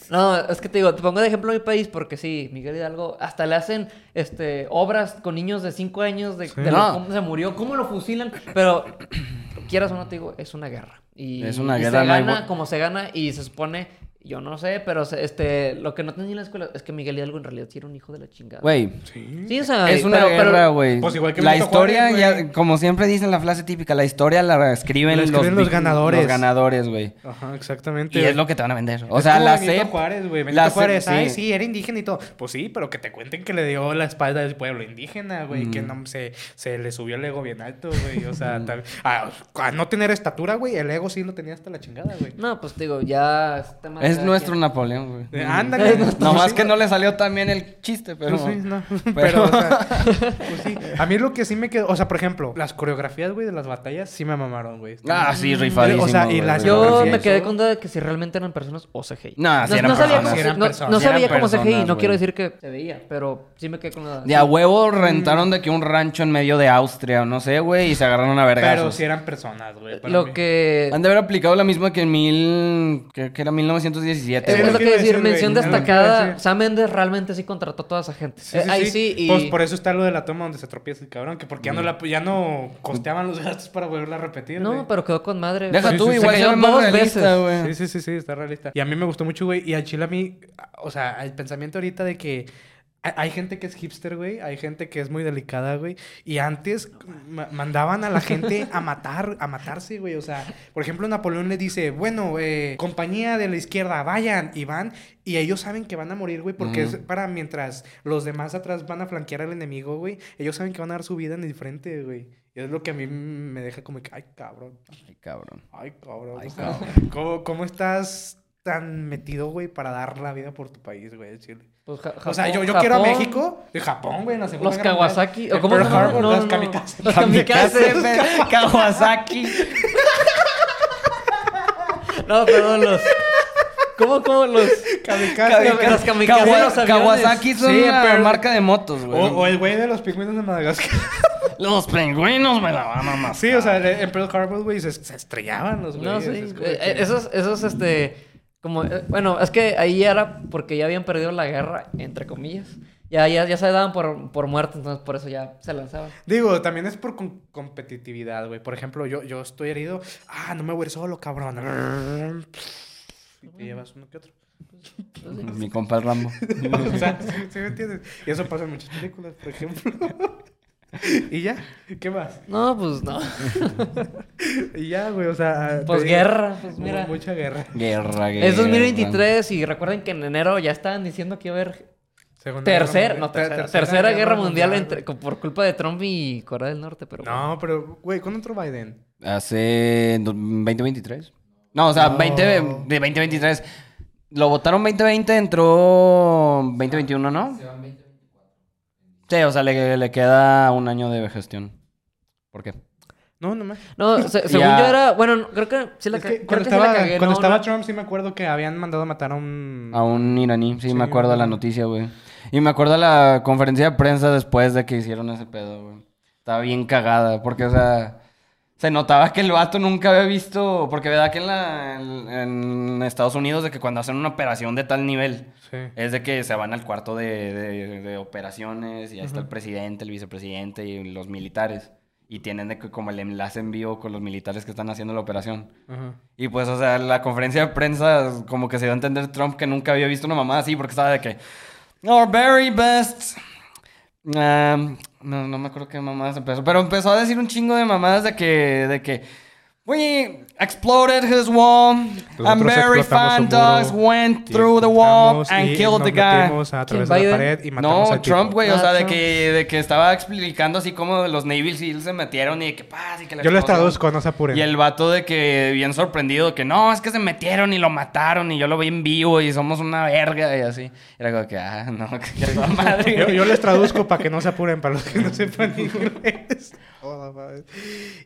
C: No, es que te digo, te pongo de ejemplo mi país porque sí, Miguel Hidalgo, hasta le hacen este, obras con niños de 5 años de, de lo-
B: No.
C: cómo se murió, cómo lo fusilan, pero quieras o no te digo, es una guerra. Y,
B: Es una
C: y
B: guerra,
C: se
B: no hay
C: gana
B: bu-
C: como se gana y se supone Yo no sé, pero se- este, lo que no tenía en la escuela es que Miguel Hidalgo en realidad sí era un hijo de la chingada.
B: Güey,
A: Sí.
C: Sí, o sea,
B: es una
C: pero- pero-
B: guerra, güey.
A: Pues igual que
B: la
A: Benito
B: historia,
A: Juárez, güey.
B: ya, como siempre dicen la frase típica, la historia la escriben,
A: La escriben los
B: vi-
A: ganadores.
B: Los ganadores, güey.
A: Ajá, exactamente.
B: Y es lo que te van a vender. O sea, la
A: Benito
B: SEP...
A: Juárez, güey. Benito
B: la
A: Juárez,
B: SEP,
A: ay,
B: sí.
A: sí, era indígena y todo. Pues sí, pero que te cuenten que le dio la espalda al pueblo indígena, güey.
B: Mm.
A: Que no, se, se le subió el ego bien alto, güey. O sea, tal- a, a no tener estatura, güey, el ego sí lo tenía hasta la chingada, güey.
C: No, pues te digo, ya es tema de
B: Es
C: cada
B: nuestro
C: quien.
B: Napoleón, güey.
A: Eh, ándale.
B: No más
A: Sí.
B: que no le salió tan bien el chiste, pero...
A: Pues sí, no. Pero,
B: Pero-
A: o sea, pues sí. A mí lo que sí me quedó, o sea, por ejemplo, las coreografías, güey, de las batallas sí me mamaron, güey.
B: Ah, sí, rifadísimo.
A: O sea, y
B: güey.
A: las-
C: Yo
A: Sí,
C: me
A: eso.
C: quedé con duda de que si realmente eran personas o CGI.
B: No, sí eran
C: sabía
B: personas.
C: cómo-
B: Sí
A: eran
C: no-
A: personas.
C: No,
A: Sí
B: eran
C: sabía cómo CGI, no
B: personas,
C: quiero
B: güey.
C: decir que se veía, pero sí me quedé con duda.
B: De a
A: Mm.
B: huevo rentaron de que un rancho en medio de Austria, o no sé, güey, y se agarraron a
A: Pero
B: vergazos.
A: sí eran personas, güey. para mí.
C: Lo que...
B: Han de haber aplicado la misma que en mil... Que, que era 1917,
C: Es
A: Sí,
B: güey.
C: lo que iba a decir,
A: güey,
C: mención
A: es lo que iba a
C: destacada.
A: decir.
C: Sam Mendes realmente sí contrató a toda esa gente.
A: Sí,
C: Eh,
A: sí,
C: Ahí
A: sí.
C: sí, y...
A: Pues por eso está lo de la toma donde se tropieza el cabrón, que porque
B: Mm.
A: ya no, la, ya no costeaban los gastos para volverla a repetir.
C: No,
A: güey.
C: pero quedó con madre. Pues,
B: Deja
A: Sí,
B: tú,
A: sí,
B: igual
C: se
B: se
C: cayó
B: ve más
C: dos
B: realista,
C: veces.
B: güey.
A: Sí, sí, sí, sí, está realista. Y a mí me gustó mucho, güey. Y al chile a mí, o sea, el pensamiento ahorita de que hay- hay gente que es hipster, güey. Hay gente que es muy delicada, güey. Y antes ma- mandaban a la gente a matar, a matarse, güey. O sea, por ejemplo, Napoleón le dice, bueno, eh, compañía de la izquierda, vayan y van. Y ellos saben que van a morir, güey, porque es
B: Ujú.
A: para mientras los demás atrás van a flanquear al enemigo, güey. Ellos saben que van a dar su vida en el frente, güey. Y es lo que a mí me deja como que, ay, cabrón.
B: Ay, cabrón.
A: Ay, cabrón.
B: Ay,
A: o sea, ¿cómo, cómo estás tan metido, güey, para dar la vida por tu país, güey, al Chile?
C: Pues Ja-
A: o sea,
C: Japón-
A: yo, yo quiero a
C: Japón,
A: México y Japón, güey, en la Segunda
C: Los
A: Guerra Mundial.
C: Kawasaki.
A: El
C: ¿O cómo
A: Pearl
C: se llama?
A: Harbor,
C: No,
A: las
C: no, no.
A: kamikazes.
C: Los
B: Kamikaze,
C: kamikazes.
B: güey. Kawasaki.
C: No, perdón, los. ¿Cómo, cómo los.?
A: Kamikaze, güey.
C: Los kamikazes de los
B: Kawa-
C: aviones.
B: Kawasaki son
A: Sí,
B: una
A: pero-
B: marca de motos,
A: O,
B: güey.
A: o el güey de los pingüinos de Madagascar.
B: Los pingüinos me la van a mamar.
A: Sí, o sea, en- en Pearl Harbor, güey, se, se estrellaban los
C: No,
A: güeyes.
C: sí.
A: es como
C: eh,
A: que-
C: esos, esos, este. Como, eh, bueno, es que ahí era porque ya habían perdido la guerra, entre comillas. Ya, ya, ya se daban por, por muertos, entonces por eso ya se lanzaban.
A: Digo, también es por com- competitividad, güey. Por ejemplo, yo, yo estoy herido. Ah, no me voy a ir solo, cabrón. Y te llevas uno que otro.
B: Mi compa el Rambo.
A: O sea, ¿sí, sí me entiendes? Y eso pasa en muchas películas, por ejemplo. y ya, ¿qué más?
C: No, pues no.
A: Y ya, güey, o sea... te
C: Pues
A: digo,
C: guerra, pues
A: mu-
C: mira.
A: Mucha guerra.
B: Guerra, guerra.
C: Es 2023 y recuerden que en enero ya estaban diciendo que iba a haber
A: Segunda guerra
C: tercera,
A: mundial-
C: no,
A: ter-
C: tercera, tercera guerra, mundial, entre- co- por culpa de Trump y Corea del Norte, pero
A: güey. No, pero, güey, ¿cuándo entró Biden?
B: Hace do- 2023. No, o sea,
A: No.
B: 20 de 2023. Lo votaron 2020, entró 2021, ¿no? Sí, o sea, le, le queda un año de gestión. ¿Por qué?
A: No, no más.
C: No, se- según
B: Ya.
C: yo era. Bueno, no, creo que sí la,
A: Es
C: ca-
A: que
C: creo
A: cuando
C: que sí
A: estaba,
C: la cagué.
A: cuando
C: no,
A: estaba
C: no.
A: Trump sí me acuerdo que habían mandado a matar a un...
B: A un iraní, sí,
A: Sí,
B: me acuerdo de la
A: un-
B: noticia, güey. Y me acuerdo de la conferencia de prensa después de que hicieron ese pedo, güey. Estaba bien cagada, porque, o sea, se notaba que el vato nunca había visto, porque verdad que en, la, en, en Estados Unidos de que cuando hacen una operación de tal nivel,
A: Sí.
B: es de que se van al cuarto de, de- de operaciones y ahí está el presidente, el vicepresidente y los militares. Y tienen de que como el enlace en vivo con los militares que están haciendo la operación.
A: Ajá.
B: Y pues, o sea, la conferencia de prensa, como que se dio a entender Trump que nunca había visto una mamá así, porque estaba de que. Our very best. Um, no, no me acuerdo qué mamadas empezó. Pero empezó a decir un chingo de mamadas de que. de que. We exploded his wall. and
A: Nosotros explotamos
B: very
A: su
B: fan
A: muro
B: dogs went through the wall
A: Entramos
B: and
A: y
B: killed
A: nos
B: the guy.
A: metimos a través de
C: ¿Quién,
A: la
C: Biden?
A: pared y matamos
B: No,
A: al tipo.
B: Trump, güey, o
C: Ah,
B: sea, de
C: Trump.
B: que, de que estaba explicando así como los Navy SEALs se metieron y de que paz y que la
A: Yo les
B: explosión.
A: traduzco, no se apuren.
B: Y el vato de que bien sorprendido, que no, es que se metieron y lo mataron y yo lo vi en vivo y somos una verga y así. Era como que, ah, no, que ya toda madre.
A: Yo, yo les traduzco para que no se apuren, para los que no sepan inglés. Toda madre.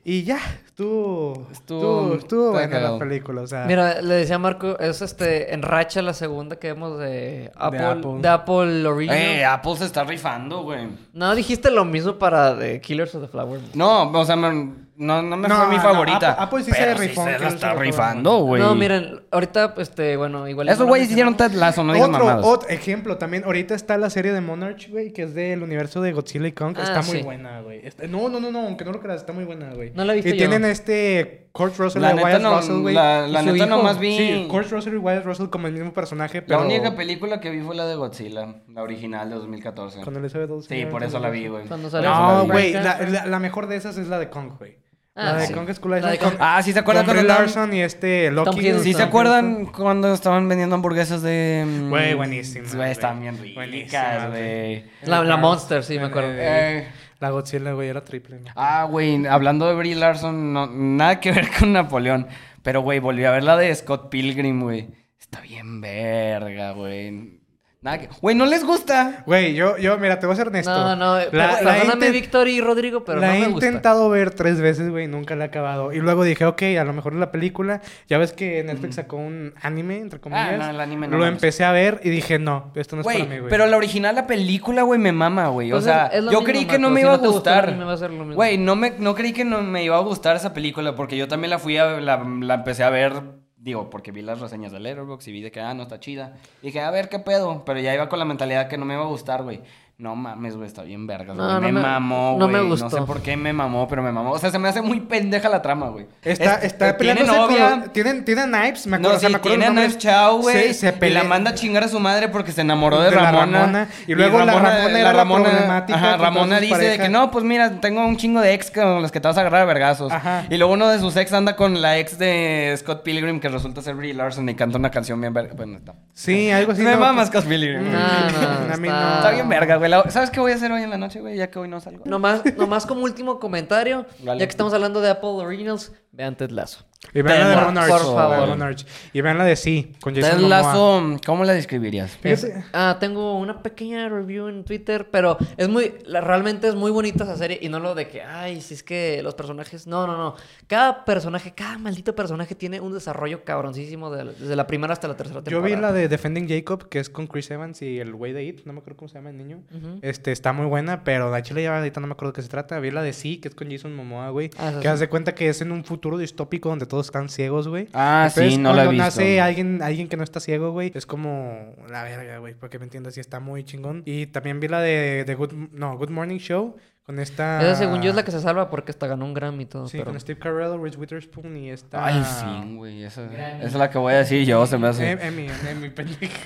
A: Y ya, estuvo. Estuvo,
B: Estuvo-
A: estuvo buena la
B: cagado.
A: película. O sea,
C: Mira, le decía a Marco, es este, en racha la segunda que vemos de Apple, de
A: Apple.
C: Apple, Original.
B: Eh, Apple se está rifando, güey.
C: No dijiste lo mismo para The Killers of the Flower Moon.
B: No, o sea, me- No, no me
A: No,
B: fue mi
A: no,
B: favorita.
A: Apple- Apple sí se
B: pero
A: rifó,
B: se
A: que
B: la
A: no
B: está
A: se lo
B: rifando, güey.
C: No, miren, ahorita, este, bueno, igual.
B: Esos güeyes hicieron Ted Lasso, no digan
A: otro,
B: mamadas.
A: otro ejemplo también. Ahorita está la serie de Monarch, güey, que es del universo de Godzilla y Kong.
C: Ah,
A: está muy
C: sí.
A: buena, güey. Está- No, no, no, no, aunque no lo creas, está muy buena, güey.
C: No la he visto
A: Y
C: yo.
A: tienen este Kurt Russell
B: La
A: y
B: neta
A: Wyatt
B: no-
A: Russell, güey.
B: la-
A: Y
B: la
A: su
B: neta
A: hijo.
B: nomás vi-
A: Sí, Kurt Russell y Wyatt Russell como el mismo personaje, pero.
B: La única película que vi fue la de Godzilla, la original de 2014.
A: Con Elizabeth Olsen.
B: Sí, por eso la vi, güey.
C: Cuando
B: Por
C: sale
B: eso
C: su
B: la
A: No,
B: vi.
C: mamá.
A: güey, la, la- la mejor de esas es la de Kong, güey.
C: Ah,
A: la de
C: sí.
A: Kong es cool.
C: La de
A: con-
C: Kong.
B: Ah, sí se acuerdan
A: con Brie
B: cuando estaban-
A: Larson y este Loki.
C: Tom
A: güey.
C: Hiddleston.
B: ¿Sí se
C: Tom
B: acuerdan cuando estaban vendiendo hamburguesas de. mm,
A: Güey, buenísimas,
B: Güey, están
A: güey.
B: bien ricas,
A: Buenísimas,
B: güey.
C: La, la Monster, sí, me acuerdo.
B: Ah, Eh,
A: La Godzilla, güey, era triple. ¿no?
B: ah, güey, hablando de Brie Larson, no- nada que ver con Napoleón. Pero, güey, volví a ver la de Scott Pilgrim, güey. Está bien verga, güey. Nada que. Güey, no les gusta.
A: Güey, yo, yo, mira, te voy a ser honesto.
C: No, no, eh,
A: La-
C: per-
A: la he
C: perdóname,
A: inten-
C: Víctor y Rodrigo, pero
A: la
C: no
A: he
C: me gusta.
A: intentado ver tres veces, güey, nunca la he acabado. Y luego dije, ok, a lo mejor la película. Ya ves que
C: Mm.
A: Netflix sacó un anime, entre comillas.
B: Ah, no, el anime no
A: Lo
B: mames.
A: empecé a ver y dije, no, esto no es
B: Güey,
A: para mí, güey.
B: pero la original, la película, güey, me mama, güey. O
C: Pues es-
B: sea,
C: es lo
B: yo
C: mismo,
B: creí que no
C: Marco,
B: me
C: si
B: iba a
C: no te gustó el anime, va a
B: gustar.
C: ser lo mismo.
B: Güey, no, me, no creí que no me iba a gustar esa película porque yo también la fui a... La, la empecé a ver, digo, porque vi las reseñas de Letterboxd y vi de que, ah, no, está chida. Dije, a ver, qué pedo. Pero ya iba con la mentalidad que no me iba a gustar, güey. No mames, güey, está bien verga.
C: No,
B: güey.
C: no
B: me
C: me-
B: mamó,
C: no
B: güey.
C: me
B: No
C: gustó.
B: sé por qué me mamó, pero me mamó. O sea, se me hace muy pendeja la trama, güey.
A: Está,
B: Es-
A: está
B: tiene
A: peleándose con
B: novia.
A: los- Tienen, tienen Knives, me
B: No,
A: acuerdo. o sea,
B: sí,
A: me acuerdo
B: tiene a
A: el nombre.
B: Knife Chao, güey.
A: Sí, se
B: y la
A: pelea-
B: manda a chingar a su madre porque se enamoró de,
A: De la
B: Ramona,
A: Ramona. Y luego la Ramona era la problemática
B: Ajá,
A: con
B: Ramona
A: todas sus
B: dice de que
A: parejas.
B: no, pues mira, tengo un chingo de ex con los que te vas a agarrar a vergazos.
A: Ajá.
B: Y luego uno de sus ex anda con la ex de Scott Pilgrim que resulta ser Brie Larson y canta una canción bien verga. Bueno, está.
A: Pues Sí, algo así.
B: Me
A: ¿no?
B: mamas Scott Pilgrim.
A: Mm,
B: güey.
C: No, no,
A: a mí
C: está-
A: no.
B: Está bien verga, güey. La- ¿Sabes qué voy a hacer hoy en la noche, güey? Ya que hoy no salgo.
C: Nomás, nomás como último comentario,
B: Dale.
C: ya que estamos hablando de Apple Originals, vean Ted Lasso.
A: Y vean la de
C: Por-
A: Monarch.
C: por
A: la de
C: favor.
A: Monarch. Y vean la de Sí, con Jason
B: Ted
A: Momoa.
B: Lasso, ¿cómo la describirías?
A: Fíjate-
C: Es- ah, tengo una pequeña review en Twitter, pero es muy, la- realmente es muy bonita esa serie y no lo de que, ay, si es que los personajes, no, no, no. Cada personaje, cada maldito personaje tiene un desarrollo cabroncísimo de- desde la primera hasta la tercera
A: Yo
C: temporada.
A: vi la de Defending Jacob, que es con Chris Evans y el güey de It, no me acuerdo cómo se llama el niño.
C: Ujú.
A: Este, está muy buena, pero la chile ya ahorita no me acuerdo de qué se trata. Vi la de Sí, que es con Jason Momoa, güey.
C: Ah, esa
A: que
C: sí.
A: hace cuenta que es en un futuro distópico donde todos están ciegos, güey.
B: Ah, sí,
A: Entonces,
B: no la he
A: cuando
B: visto.
A: nace alguien, alguien que no está ciego, güey, es como la verga, güey, porque me entiendes, sí está muy chingón. Y también vi la de, de Good, no, Good Morning Show con esta...
C: Esa según yo es la que se salva porque hasta ganó un Grammy y todo.
A: Ah. Sí,
C: pero-
A: con Steve Carell, Reese Witherspoon y esta...
B: Ay, fin, Ah, güey. Esa, esa es la que voy a decir yo, se me hace.
A: Em- Emi, Emi, pendeja.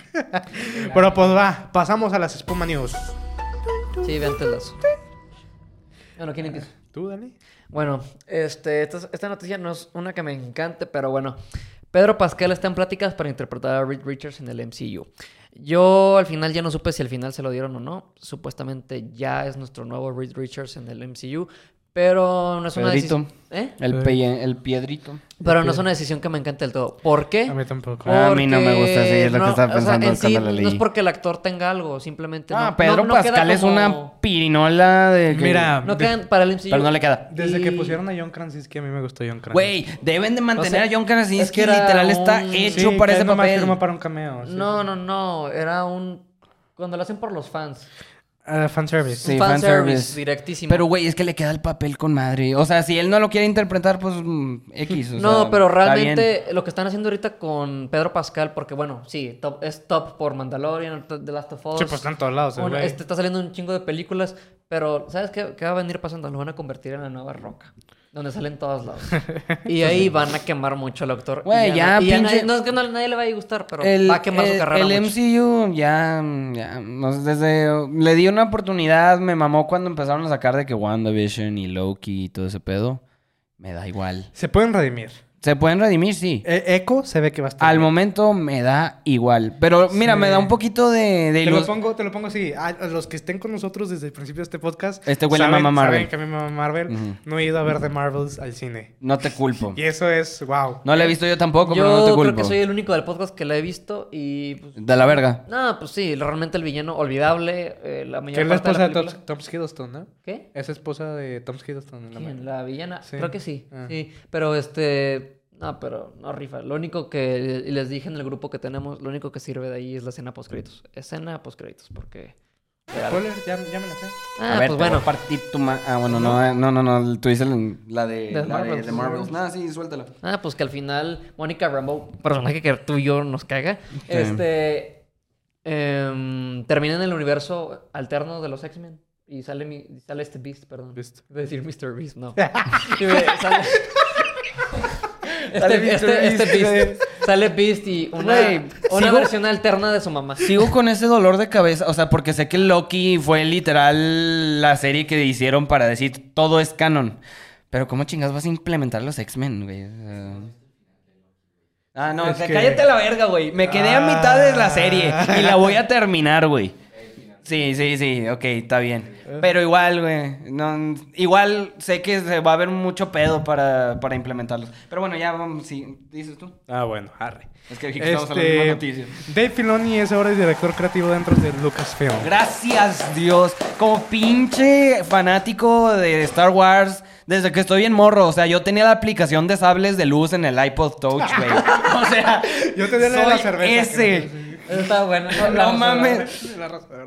A: Pero pues va, pasamos a las espuma news.
C: Sí, vean Ted Lasso. Bueno, ¿quién empieza?
A: Tú, dale.
C: Bueno, este, esta, es- esta noticia no es una que me encante, pero bueno. Pedro Pascal está en pláticas para interpretar a Reed Richards en el MCU. Yo al final ya no supe si al final se lo dieron o no. Supuestamente ya es nuestro nuevo Reed Richards en el MCU, pero no es una
B: Pedrito.
C: decisión. ¿Eh?
B: El, pe- el piedrito.
C: Pero no es una decisión que me encante del todo. ¿Por qué?
A: A mí tampoco.
B: Ah, a mí no me gusta, sí, es lo que estaba
C: o sea,
B: pensando
C: en sí,
B: cuando la
C: No
B: leí.
C: es porque el actor tenga algo, simplemente.
B: Ah,
C: no-
B: Pedro
C: no- no queda
B: Pascal es
C: como-
B: una pirinola de. que-
A: Mira,
C: No
A: de-
C: quedan para el MCU.
B: Pero no le queda.
A: desde
C: y-
A: que pusieron a John Krasinski, a mí me gustó John Krasinski.
B: Güey, deben de mantener
C: O sea,
B: a John Krasinski.
C: es que era
B: literal está
C: un-
A: Sí,
B: hecho
A: que
B: para ese
A: él nomás
B: papel.
A: firmó para un cameo. Ah, sí,
C: No,
A: sí.
C: no, no. Era un. Cuando lo hacen por los fans.
A: Ah, fanservice.
B: Sí,
C: un fan
B: fanservice.
C: service directísimo.
B: Pero, güey, es que le queda el papel con madre. O sea, si él no lo quiere interpretar, pues mm, X. o
C: no,
B: sea,
C: pero
B: está bien.
C: realmente lo que están haciendo ahorita con Pedro Pascal, porque bueno, sí, top- es top por Mandalorian, top- The Last of Us.
A: Sí, pues está en todos lados, el
C: Bueno,
A: güey.
C: este está saliendo un chingo de películas, pero ¿sabes qué, qué va a venir pasando? Lo van a convertir en la nueva roca, donde salen todos lados. Y ahí van a quemar mucho al actor.
B: Güey,
C: Y
B: ya,
C: no- y
B: pinche-
C: nadie- no es que no, nadie le vaya a gustar, pero
B: El,
C: va a quemar
B: el-
C: su carrera.
B: el
C: mucho.
B: MCU ya, ya, no sé, desde, le di una oportunidad, me mamó cuando empezaron a sacar de que WandaVision y Loki y todo ese pedo, me da igual.
A: Se pueden redimir.
B: Se pueden redimir, sí.
A: E- Echo se ve que va a estar.
B: Al
A: bien.
B: momento me da igual. Pero mira,
A: Sí.
B: me da un poquito de,
A: Te
B: de
A: lo,
B: ilus-
A: pongo, te lo pongo así. A a los que estén con nosotros desde el principio de este podcast.
B: Este güey le
A: saben-
B: mama Marvel.
A: Saben que a mí me mama Marvel.
B: Ujú.
A: No he ido a ver The Marvels al cine.
B: No te culpo.
A: Y eso es wow.
B: No la he visto yo tampoco,
C: Yo
B: pero no te culpo.
C: creo que soy el único del podcast que la he visto y pues,
B: De la verga.
C: No, pues sí, realmente el villano olvidable, eh, la
A: Que
C: mayor
A: es la
C: parte de
A: esposa
C: la
A: de Tom,
C: película.
A: Tom Hiddleston, ¿no?
C: ¿Qué?
A: Es esposa de Tom Hiddleston. la
C: ¿Quién?
A: ma-
C: La villana.
A: Sí.
C: Creo que sí,
A: Ah.
C: sí. Pero este, no, pero no rifa. Lo único que y les dije en el grupo que tenemos, lo único que sirve de ahí es la escena postcréditos. Escena postcréditos, porque
A: Spoiler, ya, ya me la sé.
C: Ah,
B: a ver,
C: pues
B: bueno.
C: bueno.
B: Ah, bueno, no, no, no, no, tú dices la de,
C: De
B: la de
C: Marvels.
B: The Marvels. Nada, sí, suéltala.
C: Ah, pues que al final Mónica Rambo, personaje que tú y yo nos caga, este em, termina en el universo alterno de los X-Men y sale mi, y sale este Beast, perdón.
A: Beast.
C: Iba a decir Mr. Beast, no. Y me- sale,
A: Sale
C: este,
A: Mr.
C: este, este
A: Beast,
C: Beast. Sale Beast y una,
B: Güey,
C: una
B: sigo-
C: versión alterna de su mamá.
B: Sigo con ese dolor de cabeza, o sea, porque sé que Loki fue literal la serie que hicieron para decir todo es canon. Pero ¿cómo chingados vas a implementar los X-Men, güey? O sea- Ah, no,
A: Es
B: te-
A: que-
B: cállate la verga, güey. Me quedé a mitad de la serie y la voy a terminar, güey. Sí, sí, sí, ok, está bien. Pero igual, güey. no, igual sé que se va a haber mucho pedo para, para implementarlos. Pero bueno, ya vamos, sí, dices tú.
A: Ah, bueno, arre.
B: Es que aquí estamos hablando de
A: Este,
B: noticias.
A: Dave Filoni es ahora el director creativo dentro de Lucasfilm.
B: Gracias Dios, como pinche fanático de Star Wars, desde que estoy en morro, o sea, yo tenía la aplicación de sables de luz en el iPod Touch, güey. O sea,
A: Yo tenía la de
B: soy
A: la cerveza,
B: Ese.
C: Está bueno.
B: No,
C: La-
B: mames.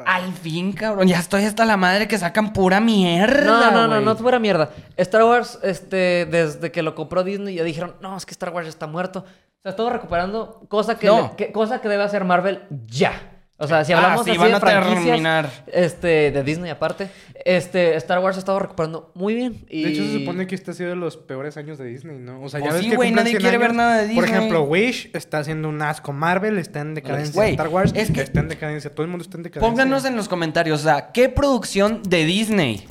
B: Al fin, cabrón, ya estoy hasta la madre que sacan pura mierda.
C: No, no, no,
B: güey.
C: no fuera mierda. Star Wars, este, desde que lo compró Disney, ya dijeron, no, es que Star Wars ya está muerto. O sea, estaba recuperando cosa que,
B: No.
C: le- que- cosa que debe hacer Marvel ya. O sea, si
B: Ah,
C: hablamos
B: sí,
C: así
B: van
C: de
B: a
C: franquicias,
B: terminar.
C: este, de Disney aparte, este, Star Wars ha estado recuperando muy bien. Y...
A: De hecho, se supone que este ha sido de los peores años de Disney, ¿no? O sea,
B: Pues
A: ya ves
B: sí,
A: que
B: güey,
A: cumplen
B: nadie
A: 100
B: quiere ver
A: años.
B: nada de
A: Por
B: Disney.
A: ejemplo, Wish está haciendo un asco. Marvel está en decadencia.
B: Güey,
A: Star Wars
B: es que-
A: está en decadencia. Todo el mundo está en decadencia.
B: Pónganos en los comentarios, o sea, ¿qué producción de Disney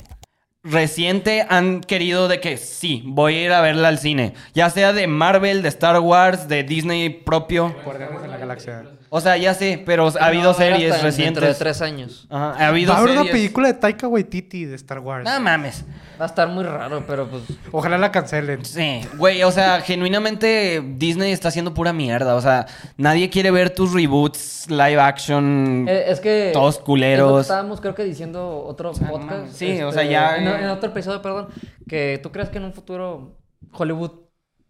B: reciente han querido de que sí, voy a ir a verla al cine? Ya sea de Marvel, de Star Wars, de Disney propio.
A: Guardianes de la Galaxia.
B: O sea, ya sé, pero ha habido
C: No, era
B: series
C: hasta Dentro de
B: recientes.
C: tres años.
B: Ajá, ha habido
A: Va a haber una
B: series.
A: película de Taika Waititi de Star Wars.
B: No mames.
C: Va a estar muy raro, pero pues...
A: Ojalá la cancelen.
B: Sí, güey, o sea, genuinamente Disney está haciendo pura mierda. O sea, nadie quiere ver tus reboots, live action.
C: eh, es que...
B: Todos culeros.
C: es lo que Estábamos creo que diciendo otro podcast. este,
B: mames. Sí, o sea, ya-
C: En, en otro episodio, perdón. Que tú crees que en un futuro Hollywood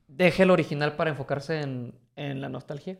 C: deje el original para enfocarse en, en la nostalgia.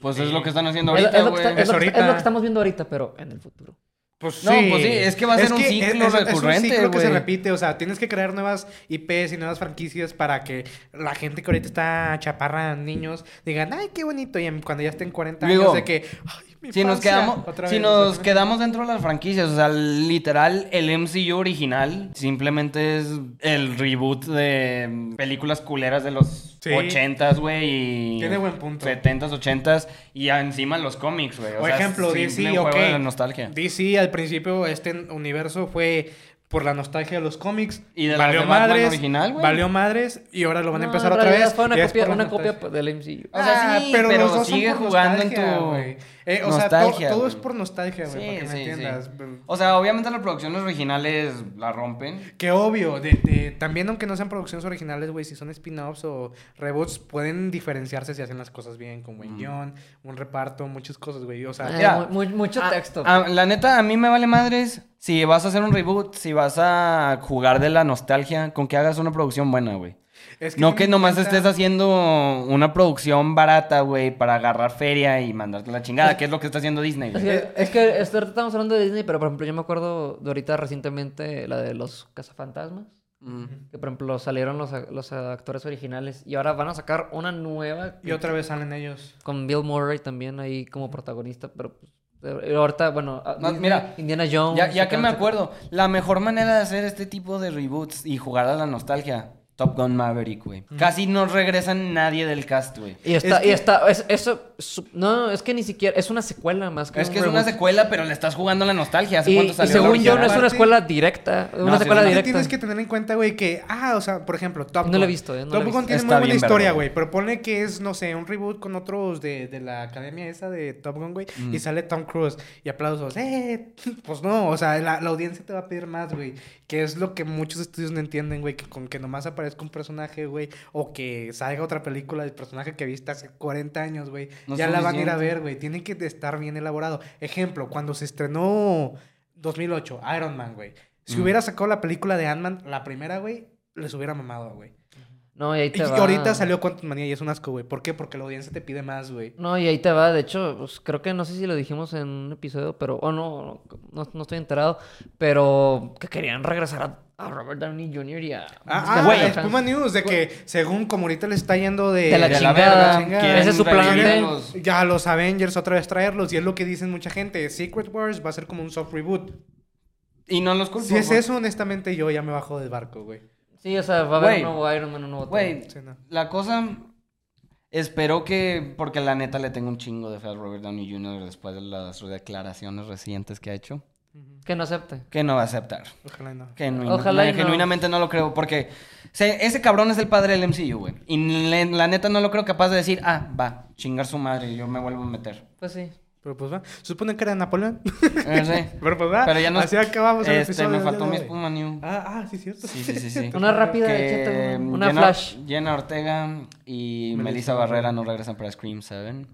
B: Pues es lo que están haciendo
C: Es-
B: ahorita,
C: eh, es, lo que
B: güey.
C: está- es lo que-
A: ahorita.
C: es lo que estamos viendo ahorita, pero en el futuro.
A: Pues
B: No, pues sí, es que va a ser un ciclo recurrente,
A: Es un ciclo que se
B: güey.
A: repite, o sea, tienes que crear nuevas IPs y nuevas franquicias para que la gente que ahorita está chaparra, niños, digan, ay, qué bonito. Y en- cuando ya estén 40
B: Digo,
A: años, de que, ay, mi
B: Si nos
A: infancia,
B: quedamos,
A: otra
B: si
A: vez,
B: nos
A: otra vez.
B: quedamos dentro de las franquicias, o sea, literal, el MCU original simplemente es el reboot de mm, películas culeras de los
A: Sí.
B: 80s, güey. y
A: Tiene buen punto.
B: 70s, 80s y encima los cómics, güey. O
A: Por
B: sea,
A: ejemplo,
B: simple
A: DC,
B: juego
A: ok.
B: de la nostalgia.
A: DC, al principio, este universo fue por la nostalgia de los cómics.
B: Y de las de Batman original, güey.
A: Valió madres y ahora lo van a
C: No,
A: empezar
C: en
A: otra
C: realidad
A: vez.
C: Fue una
A: y es
C: copia,
A: por la
C: una
A: nostalgia.
C: copia pues, del MCU.
B: O sea,
A: Ah,
B: sí, pero sigue
A: son por
B: jugando en
A: nostalgia,
B: tu
A: güey. Eh, o sea, to-
B: nostalgia,
A: todo,
B: güey.
A: es por nostalgia, güey,
B: Sí,
A: para que
B: sí,
A: me
B: sí.
A: entiendas.
B: O sea, obviamente las producciones originales la rompen.
A: Que obvio, de, de- también aunque no sean producciones originales, güey, si son spin-offs o reboots, pueden diferenciarse si hacen las cosas bien, con
B: Mm.
A: buen guión, un reparto, muchas cosas, güey. O sea,
C: Eh,
B: mira,
C: mu- mu- mucho
B: Ah,
C: texto.
B: ah, la neta, a mí me vale madres. Si vas a hacer un reboot, si vas a jugar de la nostalgia, con que hagas una producción buena, güey.
A: es
B: no
A: tienen
B: que nomás
A: cuenta-
B: estés haciendo una producción barata, güey, para agarrar feria y mandarte la chingada, que es lo que está haciendo Disney,
C: Es
B: güey.
C: que, es que este, ahorita estamos hablando de Disney, pero por ejemplo, yo me acuerdo de ahorita recientemente la de los cazafantasmas. Que por ejemplo salieron los, a- los actores originales y ahora van a sacar una nueva
A: Y otra vez salen ellos.
C: con Bill Murray también ahí como protagonista, pero pues, eh, ahorita, bueno, a-
B: No,
C: Disney,
B: mira,
C: Indiana Jones.
B: Ya, ya que
C: sacaron-
B: me acuerdo, la mejor manera de hacer este tipo de reboots y jugar a la nostalgia, Top Gun Maverick, güey.
C: Mm.
B: Casi no regresan nadie del cast, güey.
C: Y está,
A: Es que-
C: y está, es- eso, su- no, es que ni siquiera, es una secuela más que
B: Es
C: un
B: que es una
C: reboot.
B: secuela, pero le estás jugando a la nostalgia. ¿Hace
C: Y,
B: cuánto
C: y
B: salió la
C: según yo,
B: original?
C: no es una
A: Aparte-
C: escuela directa,
B: No,
C: una
B: sí,
C: secuela
B: no.
A: Aparte
C: directa.
A: tienes que tener en cuenta, güey, que, ah, o sea, por ejemplo, Top
C: No
A: Gun.
C: lo he visto, eh, no lo he
A: Top
C: visto.
A: Gun tiene
B: Está
A: muy buena
B: bien
A: historia,
B: verga.
A: güey, pero ponle que es, no sé, un reboot con otros de, de la academia esa de Top Gun, güey,
B: Mm.
A: y sale Tom Cruise y aplausos, eh, pues no, o sea, la, la audiencia te va a pedir más, güey, que es lo que muchos estudios no entienden, güey, que con que nomás aparezca un personaje, güey, o que salga otra película del personaje que viste hace 40 años, güey,
B: No es
A: ya la van a ir a
B: suficiente.
A: ver, güey, tiene que estar bien elaborado. Ejemplo, cuando se estrenó 2008, Iron Man, güey. Si hubiera sacado la película de Ant-Man, la primera, güey, les hubiera mamado, güey.
C: No, y ahí
A: Y
C: te va.
A: ahorita salió Quantum Manía y es un asco, güey. ¿Por qué? Porque la audiencia te pide más, güey.
C: No, y ahí te va. De hecho, pues, creo que no sé si lo dijimos en un episodio, pero. O no, no, no estoy enterado. Pero que querían regresar a, a Robert Downey Jr. y a.
A: Ah, ah,
B: Güey.
A: Espuma News, de que según como ahorita le está yendo de,
C: De la
A: de
C: chingada.
A: verga,
C: Quieren Ese es su plan
B: revivir
C: B.
B: los-
A: Ya los Avengers otra vez traerlos. Y es lo que dicen mucha gente. Secret Wars va a ser como un soft reboot.
B: Y no los culpo.
A: Si es
B: güey.
A: eso, honestamente, yo ya me bajo del barco, güey.
C: Sí, o sea, va a haber
B: Güey.
C: un nuevo Iron Man, un nuevo.
B: Güey,
A: Sí, no.
B: La cosa. Espero que. Porque la neta le tengo un chingo de fe a Robert Downey Jr. después de las declaraciones recientes que ha hecho.
C: todo. Que no acepte.
B: Que no va a aceptar.
A: Ojalá y no.
B: Que no-
C: Ojalá y no.
B: genuinamente no lo creo. Porque se- ese cabrón es el padre del MCU, güey. Y le- la neta no lo creo capaz de decir, ah, va, chingar su madre, yo me vuelvo a meter.
C: Pues sí.
A: Pero pues va. Suponen que era Napoleón.
B: Eh, sí.
A: Pero pues va.
B: Pero ya no.
A: Así acabamos el
B: Este,
A: episodio.
B: Me
A: del
B: faltó
A: día
B: mi
A: de hoy.
B: espuma new.
A: Ah, ah, sí, cierto.
B: Sí, sí, sí, sí.
C: Una rápida,
B: Pues Que, mm,
C: échate una- una
B: Jenna-
C: flash.
B: Jenna Ortega y
A: Melissa
B: Melissa Barrera no regresan para Scream 7.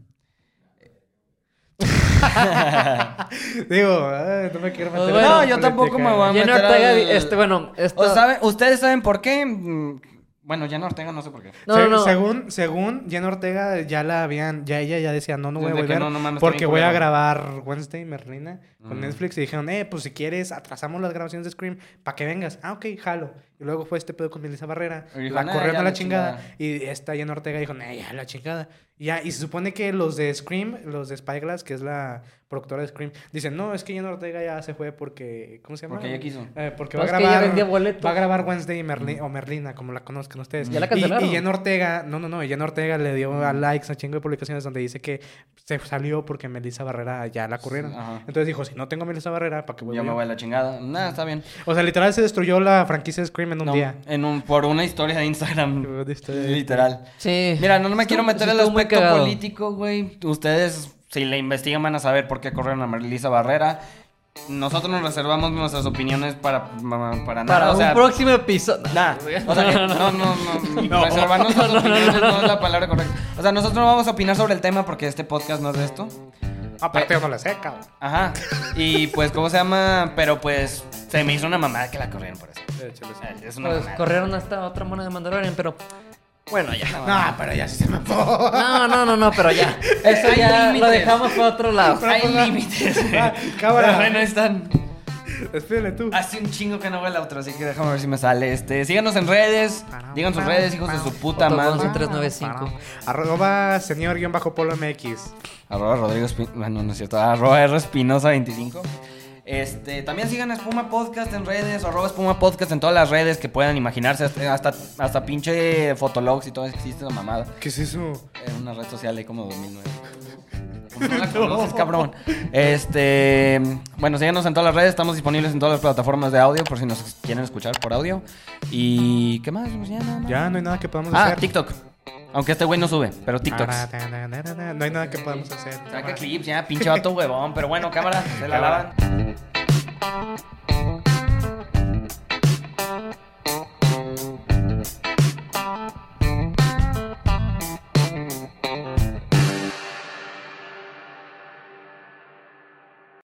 A: Digo, ah, no me quiero meter.
C: Bueno,
A: en
B: no, yo tampoco
A: política.
B: me voy a meter.
C: Jenna Ortega,
B: al-
C: este, bueno, esto-
B: ¿O sabe- ¿Ustedes saben por qué? Mm, Bueno, Jenna Ortega no sé por qué.
C: No,
A: Se-
C: no, no.
A: Según, según Jen Ortega, ya la habían, ya ella ya decía, no, no voy a
B: Desde que
A: volver
B: no, no mames,
A: porque
B: está bien
A: voy a
B: culero".
A: grabar Wednesday, Merlina, con
B: Mm.
A: Netflix. Y dijeron, eh, pues si quieres, atrasamos las grabaciones de Scream para que vengas. Ah, ok, jalo. Y luego fue este pedo con Melissa Barrera.
B: Y dijo,
A: la
B: "Nah,
A: corrieron
B: ya
A: a la
B: la
A: chingada.
B: chingada.
A: Y esta Jen Ortega dijo, eh, ya la chingada. Y, ya, y se supone que los de Scream, los de Spyglass, que es la productora de Scream, dicen, no, es que Jen Ortega ya se fue porque, ¿cómo se llama?
B: Porque ella quiso.
A: Eh, porque
C: Pues
A: va a
C: que ella
A: grabar.
C: vendía boletos.
A: Va a grabar Wednesday y Merli- o Merlina, como la conozcan ustedes.
C: Ya la
A: Y-
C: cancelaron.
A: Y, Jen Ortega, no, no, no, Jen Ortega le dio a likes a chingo de publicaciones donde dice que se salió porque Melissa Barrera ya la corrieron.
B: Ajá.
A: Entonces dijo, si no tengo a Melissa Barrera, ¿para qué voy yo?
B: Yo Ah. me voy a la chingada. Nada, está bien.
A: O sea, literal se destruyó la franquicia de Scream en un
B: No,
A: día.
B: en un- por una historia de Instagram. Literal.
C: Sí.
B: Mira, no, no me
C: Estuvo-
B: quiero meter
C: sí
B: al
C: estuvo muy
B: aspecto
C: cagado.
B: político, güey. Ustedes, si le investigan, van a saber por qué corrieron a Melissa Barrera. Nosotros nos reservamos nuestras opiniones para, para, nada.
C: Para
B: o sea,
C: un próximo episodio.
B: Nah, o sea, no, no, no, no, reservarnos las opiniones no es la palabra correcta. O sea, nosotros no vamos a opinar sobre el tema porque este podcast no es de esto.
A: Aparte, yo no la sé, cabrón.
B: Ajá. Y pues, ¿cómo se llama? Pero pues, se me hizo una mamada que la corrieron por eso. O sea, Es una
C: Pues
B: mamada.
C: corrieron hasta otra mona de Mandalorian, pero. Bueno, ya.
A: No, pero ya sí se me fue.
C: No, no, no, no, pero ya. Eso
B: Hay
C: ya lo
B: límites.
C: dejamos para otro lado.
B: Hay límites.
A: pues, Ah, cámara.
B: Pero bueno, están.
A: Despídele tú.
B: Hace un chingo que no veo la otra, así que déjame ver si me sale. Este, síganos en redes. Digan sus redes, hijos de su puta madre.
C: 395.
A: Ah, Arroba señor guión bajo polo MX.
B: Arroba Rodrigo Espinosa. Bueno, no es cierto. Arroba R Espinosa 25. Este, también sigan a Espuma Podcast en redes, arroba Espuma Podcast en todas las redes que puedan imaginarse, hasta, hasta, hasta pinche Fotologs y todo eso existe esa mamada.
A: ¿Qué es eso?
B: Es una red social de como 2009. Como no la conoces, cabrón. Este, bueno, síganos en todas las redes, estamos disponibles en todas las plataformas de audio por si nos quieren escuchar por audio. ¿Y qué más? Pues ya, nada más.
A: Ya no hay nada que podamos
B: Ah,
A: hacer.
B: TikTok. Aunque este güey no sube, pero TikToks.
A: Ah, No hay nada que podamos hacer.
B: Saca clips, ya, pinche vato huevón. Pero bueno, cámara, se la lavan.